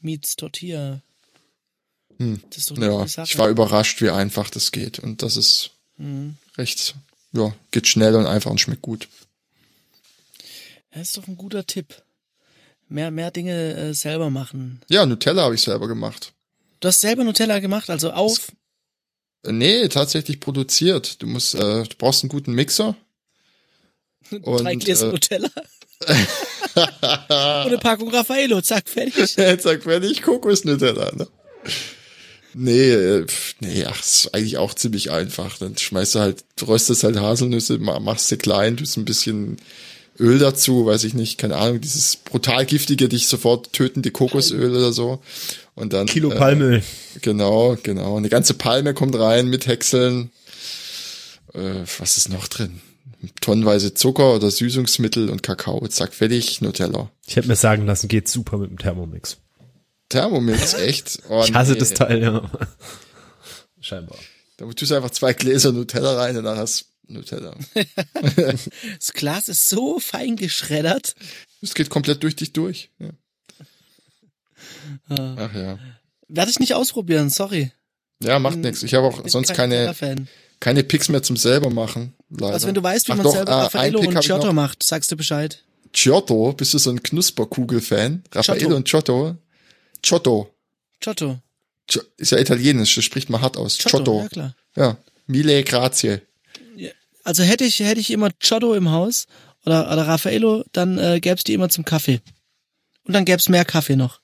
[SPEAKER 1] meets Tortilla.
[SPEAKER 3] Hm.
[SPEAKER 1] Das ist doch eine
[SPEAKER 3] ja
[SPEAKER 1] gute Sache.
[SPEAKER 3] ich war überrascht, wie einfach das geht. Und das ist
[SPEAKER 1] Mhm.
[SPEAKER 3] recht, ja, geht schnell und einfach und schmeckt gut.
[SPEAKER 1] Das ist doch ein guter Tipp. Mehr, mehr Dinge äh, selber machen.
[SPEAKER 3] Ja, Nutella habe ich selber gemacht.
[SPEAKER 1] Du hast selber Nutella gemacht, also auf.
[SPEAKER 3] Äh, Nee, tatsächlich produziert. Du musst, äh, du brauchst einen guten Mixer. Und,
[SPEAKER 1] drei Gläser
[SPEAKER 3] äh,
[SPEAKER 1] Nutella. Und eine Packung Raffaello, zack, fertig.
[SPEAKER 3] Jetzt sagt man nicht Kokosnutella, ne? Nee, äh, pf, nee, ach, ist eigentlich auch ziemlich einfach. Dann schmeißt du halt, du röstest halt Haselnüsse, ma- machst sie klein, tust ein bisschen Öl dazu, weiß ich nicht, keine Ahnung, dieses brutal giftige, dich sofort tötende Kokosöl oder so. Und dann.
[SPEAKER 2] Kilo
[SPEAKER 3] äh,
[SPEAKER 2] Palmöl.
[SPEAKER 3] Genau, genau. Eine ganze Palme kommt rein mit Häckseln. Äh, was ist noch drin? Tonnenweise Zucker oder Süßungsmittel und Kakao. Zack, fertig, Nutella.
[SPEAKER 2] Ich hätte mir sagen lassen, geht super mit dem Thermomix.
[SPEAKER 3] Thermomix, echt? Oh,
[SPEAKER 2] Ich hasse
[SPEAKER 3] nee.
[SPEAKER 2] das Teil, ja. Scheinbar.
[SPEAKER 3] Da tust du einfach zwei Gläser Nutella rein und dann hast du Nutella.
[SPEAKER 1] Das Glas ist so fein geschreddert.
[SPEAKER 3] Es geht komplett durch dich durch. Ja.
[SPEAKER 1] Ah.
[SPEAKER 3] Ach ja.
[SPEAKER 1] Werde ich nicht ausprobieren, sorry.
[SPEAKER 3] Ja, macht
[SPEAKER 1] Hm.
[SPEAKER 3] nichts. Ich habe auch
[SPEAKER 1] Bin
[SPEAKER 3] sonst
[SPEAKER 1] kein
[SPEAKER 3] keine,
[SPEAKER 1] Nutella-Fan.
[SPEAKER 3] keine Picks mehr zum selber machen. Leider.
[SPEAKER 1] Also wenn du weißt, wie
[SPEAKER 3] Ach
[SPEAKER 1] man
[SPEAKER 3] doch,
[SPEAKER 1] selber
[SPEAKER 3] ah,
[SPEAKER 1] Raffaello
[SPEAKER 3] ein Pick
[SPEAKER 1] und
[SPEAKER 3] habe ich noch.
[SPEAKER 1] Giotto macht, sagst du Bescheid.
[SPEAKER 3] Giotto, bist du so ein Knusperkugel-Fan? Raffaello
[SPEAKER 1] Giotto.
[SPEAKER 3] und Giotto? Giotto.
[SPEAKER 1] Giotto.
[SPEAKER 3] Gi- Ist ja italienisch, das spricht man hart aus.
[SPEAKER 1] Giotto,
[SPEAKER 3] Giotto.
[SPEAKER 1] ja klar.
[SPEAKER 3] Ja. Mille grazie.
[SPEAKER 1] Also hätte ich, hätte ich immer Giotto im Haus oder, oder Raffaello, dann äh, gäb's die immer zum Kaffee. Und dann gäb's mehr Kaffee noch.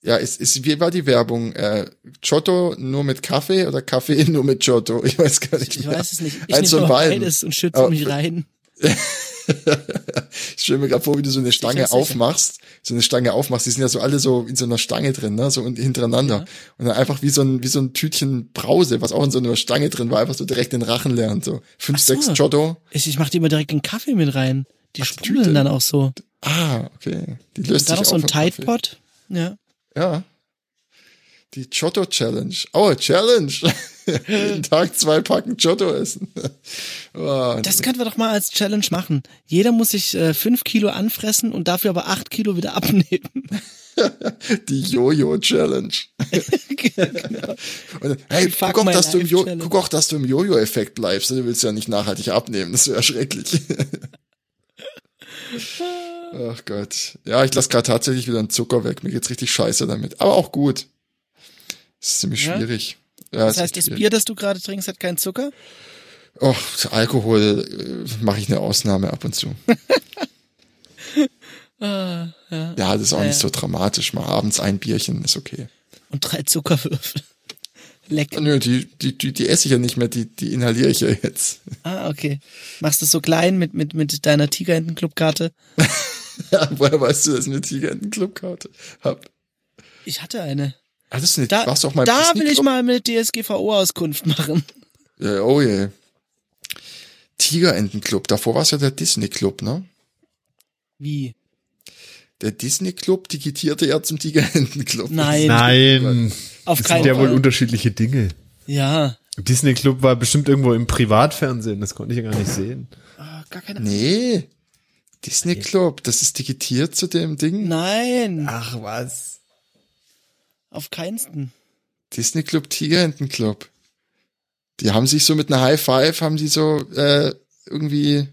[SPEAKER 3] Ja, es ist, wie war die Werbung? Äh, Giotto nur mit Kaffee oder Kaffee nur mit Giotto? Ich weiß gar nicht.
[SPEAKER 1] Ich
[SPEAKER 3] mehr.
[SPEAKER 1] weiß es nicht. Ich
[SPEAKER 3] Eins
[SPEAKER 1] nehme
[SPEAKER 3] von
[SPEAKER 1] noch
[SPEAKER 3] beiden.
[SPEAKER 1] beides und schütze
[SPEAKER 3] Aber-
[SPEAKER 1] mich rein.
[SPEAKER 3] Ich stelle mir gerade vor, wie du so eine Stange
[SPEAKER 1] weiß nicht.
[SPEAKER 3] aufmachst, so eine Stange aufmachst, die sind ja so alle so in so einer Stange drin, ne? so und hintereinander. Und dann einfach wie so, ein, wie so ein Tütchen Brause, was auch in so einer Stange drin war, einfach so direkt den Rachen lernt. So fünf,
[SPEAKER 1] so.
[SPEAKER 3] sechs Giotto.
[SPEAKER 1] Ich, ich mache die immer direkt in Kaffee mit rein. Die sprudeln
[SPEAKER 3] Tüte.
[SPEAKER 1] dann auch so.
[SPEAKER 3] Ah, okay. Die löst
[SPEAKER 1] Dann noch
[SPEAKER 3] sich
[SPEAKER 1] so ein
[SPEAKER 3] auf im
[SPEAKER 1] Tide
[SPEAKER 3] Kaffee.
[SPEAKER 1] Pod. Ja.
[SPEAKER 3] Ja. Die Giotto Challenge. Oh, Challenge. Jeden Tag zwei Packen Giotto essen. oh,
[SPEAKER 1] Das können wir doch mal als Challenge machen. Jeder muss sich äh, fünf Kilo anfressen und dafür aber acht Kilo wieder abnehmen.
[SPEAKER 3] die Jojo Challenge. Und, hey,
[SPEAKER 1] Fuck
[SPEAKER 3] guck auch,
[SPEAKER 1] my
[SPEAKER 3] dass du im
[SPEAKER 1] life
[SPEAKER 3] jo
[SPEAKER 1] challenge.
[SPEAKER 3] guck auch, dass du im Jojo-Effekt bleibst. ne? Du willst ja nicht nachhaltig abnehmen. Das wäre schrecklich. Ach Gott. Ja, ich lasse gerade tatsächlich wieder den Zucker weg. Mir geht's richtig scheiße damit. Aber auch gut. Ist ziemlich
[SPEAKER 1] Ja?
[SPEAKER 3] schwierig. Ja,
[SPEAKER 1] Das
[SPEAKER 3] ist
[SPEAKER 1] heißt,
[SPEAKER 3] echt
[SPEAKER 1] das
[SPEAKER 3] schwierig.
[SPEAKER 1] Bier, das du gerade trinkst, hat keinen Zucker.
[SPEAKER 3] Och, Alkohol äh, mache ich eine Ausnahme ab und zu.
[SPEAKER 1] Ah, ja.
[SPEAKER 3] Ja, das ist auch
[SPEAKER 1] Ja,
[SPEAKER 3] nicht
[SPEAKER 1] ja.
[SPEAKER 3] so dramatisch. Mal abends ein Bierchen ist okay.
[SPEAKER 1] Und drei Zuckerwürfel. Leck.
[SPEAKER 3] Nö, die, die, die, die esse ich ja nicht mehr, die, die inhaliere ich ja jetzt.
[SPEAKER 1] Ah, okay. Machst du so klein mit, mit, mit deiner Tigerenten-Clubkarte?
[SPEAKER 3] Ja, woher weißt du, dass ich eine Tigerentenclubkarte hab?
[SPEAKER 1] Ich hatte eine.
[SPEAKER 3] Hattest du nicht,
[SPEAKER 1] Da,
[SPEAKER 3] warst du auch mal im
[SPEAKER 1] da will ich
[SPEAKER 3] Disney-Club?
[SPEAKER 1] mal eine DSGVO-Auskunft machen.
[SPEAKER 3] Ja, oh je. Tigerentenclub, davor war es ja der Disney-Club, ne?
[SPEAKER 1] Wie?
[SPEAKER 3] Der Disney-Club digitierte ja zum Tigerentenclub.
[SPEAKER 1] Nein.
[SPEAKER 2] Nein.
[SPEAKER 1] Auf
[SPEAKER 2] das
[SPEAKER 1] keinen
[SPEAKER 2] sind ja wohl
[SPEAKER 1] Fall.
[SPEAKER 2] unterschiedliche Dinge.
[SPEAKER 1] Ja.
[SPEAKER 2] Disney Club war bestimmt irgendwo im Privatfernsehen, das konnte ich ja gar nicht sehen.
[SPEAKER 1] Ah, gar keine.
[SPEAKER 3] Nee. Disney-Club, das ist digitiert zu dem Ding.
[SPEAKER 1] Nein.
[SPEAKER 2] Ach was.
[SPEAKER 1] Auf keinsten.
[SPEAKER 3] Disney Club Tigerenten Club. Die haben sich so mit einer High Five haben die so äh, irgendwie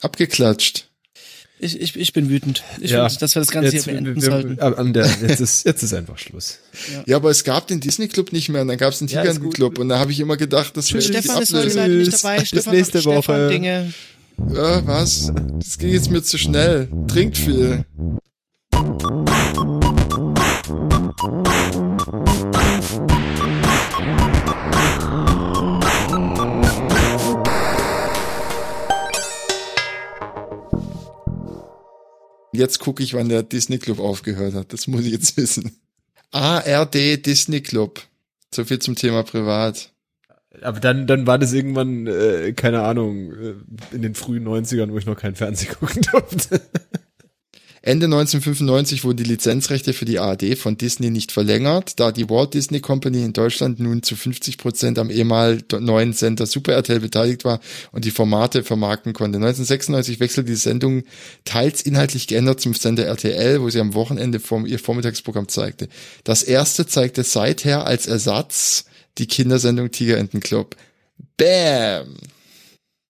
[SPEAKER 3] abgeklatscht.
[SPEAKER 1] Ich, ich, ich bin wütend. Ich
[SPEAKER 2] Ja.
[SPEAKER 1] finde, dass wir das Ganze
[SPEAKER 2] Jetzt-
[SPEAKER 1] hier beenden
[SPEAKER 2] wir- wir-
[SPEAKER 1] sollten.
[SPEAKER 2] An der, jetzt, ist, jetzt ist einfach Schluss.
[SPEAKER 3] Ja, aber es gab den Disney Club nicht mehr und dann gab es den
[SPEAKER 2] Ja, ist
[SPEAKER 3] Tigerenten Club und da habe ich immer gedacht, das wäre die
[SPEAKER 1] Stefan ist heute
[SPEAKER 3] Ablösung.
[SPEAKER 1] leider nicht
[SPEAKER 2] Tschüss.
[SPEAKER 1] dabei.
[SPEAKER 2] Bis
[SPEAKER 1] Stefan
[SPEAKER 2] nächste
[SPEAKER 1] macht Stefan
[SPEAKER 2] Woche.
[SPEAKER 1] Dinge.
[SPEAKER 3] Ja, Äh, was? Das ging jetzt mir zu schnell. Trinkt viel. jetzt gucke ich, wann der Disney Club aufgehört hat. Das muss ich jetzt wissen. ARD Disney Club. So viel zum Thema privat.
[SPEAKER 2] Aber dann, dann war das irgendwann, äh, keine Ahnung, äh, in den frühen 90ern, wo ich noch keinen Fernsehen gucken durfte.
[SPEAKER 3] Ende 1995 wurden die Lizenzrechte für die ARD von Disney nicht verlängert, da die Walt Disney Company in Deutschland nun zu 50 Prozent am ehemal neuen Sender Super RTL beteiligt war und die Formate vermarkten konnte. 1996 wechselte die Sendung teils inhaltlich geändert zum Sender RTL, wo sie am Wochenende vom, ihr Vormittagsprogramm zeigte. Das erste zeigte seither als Ersatz die Kindersendung Tigerentenclub. Bam!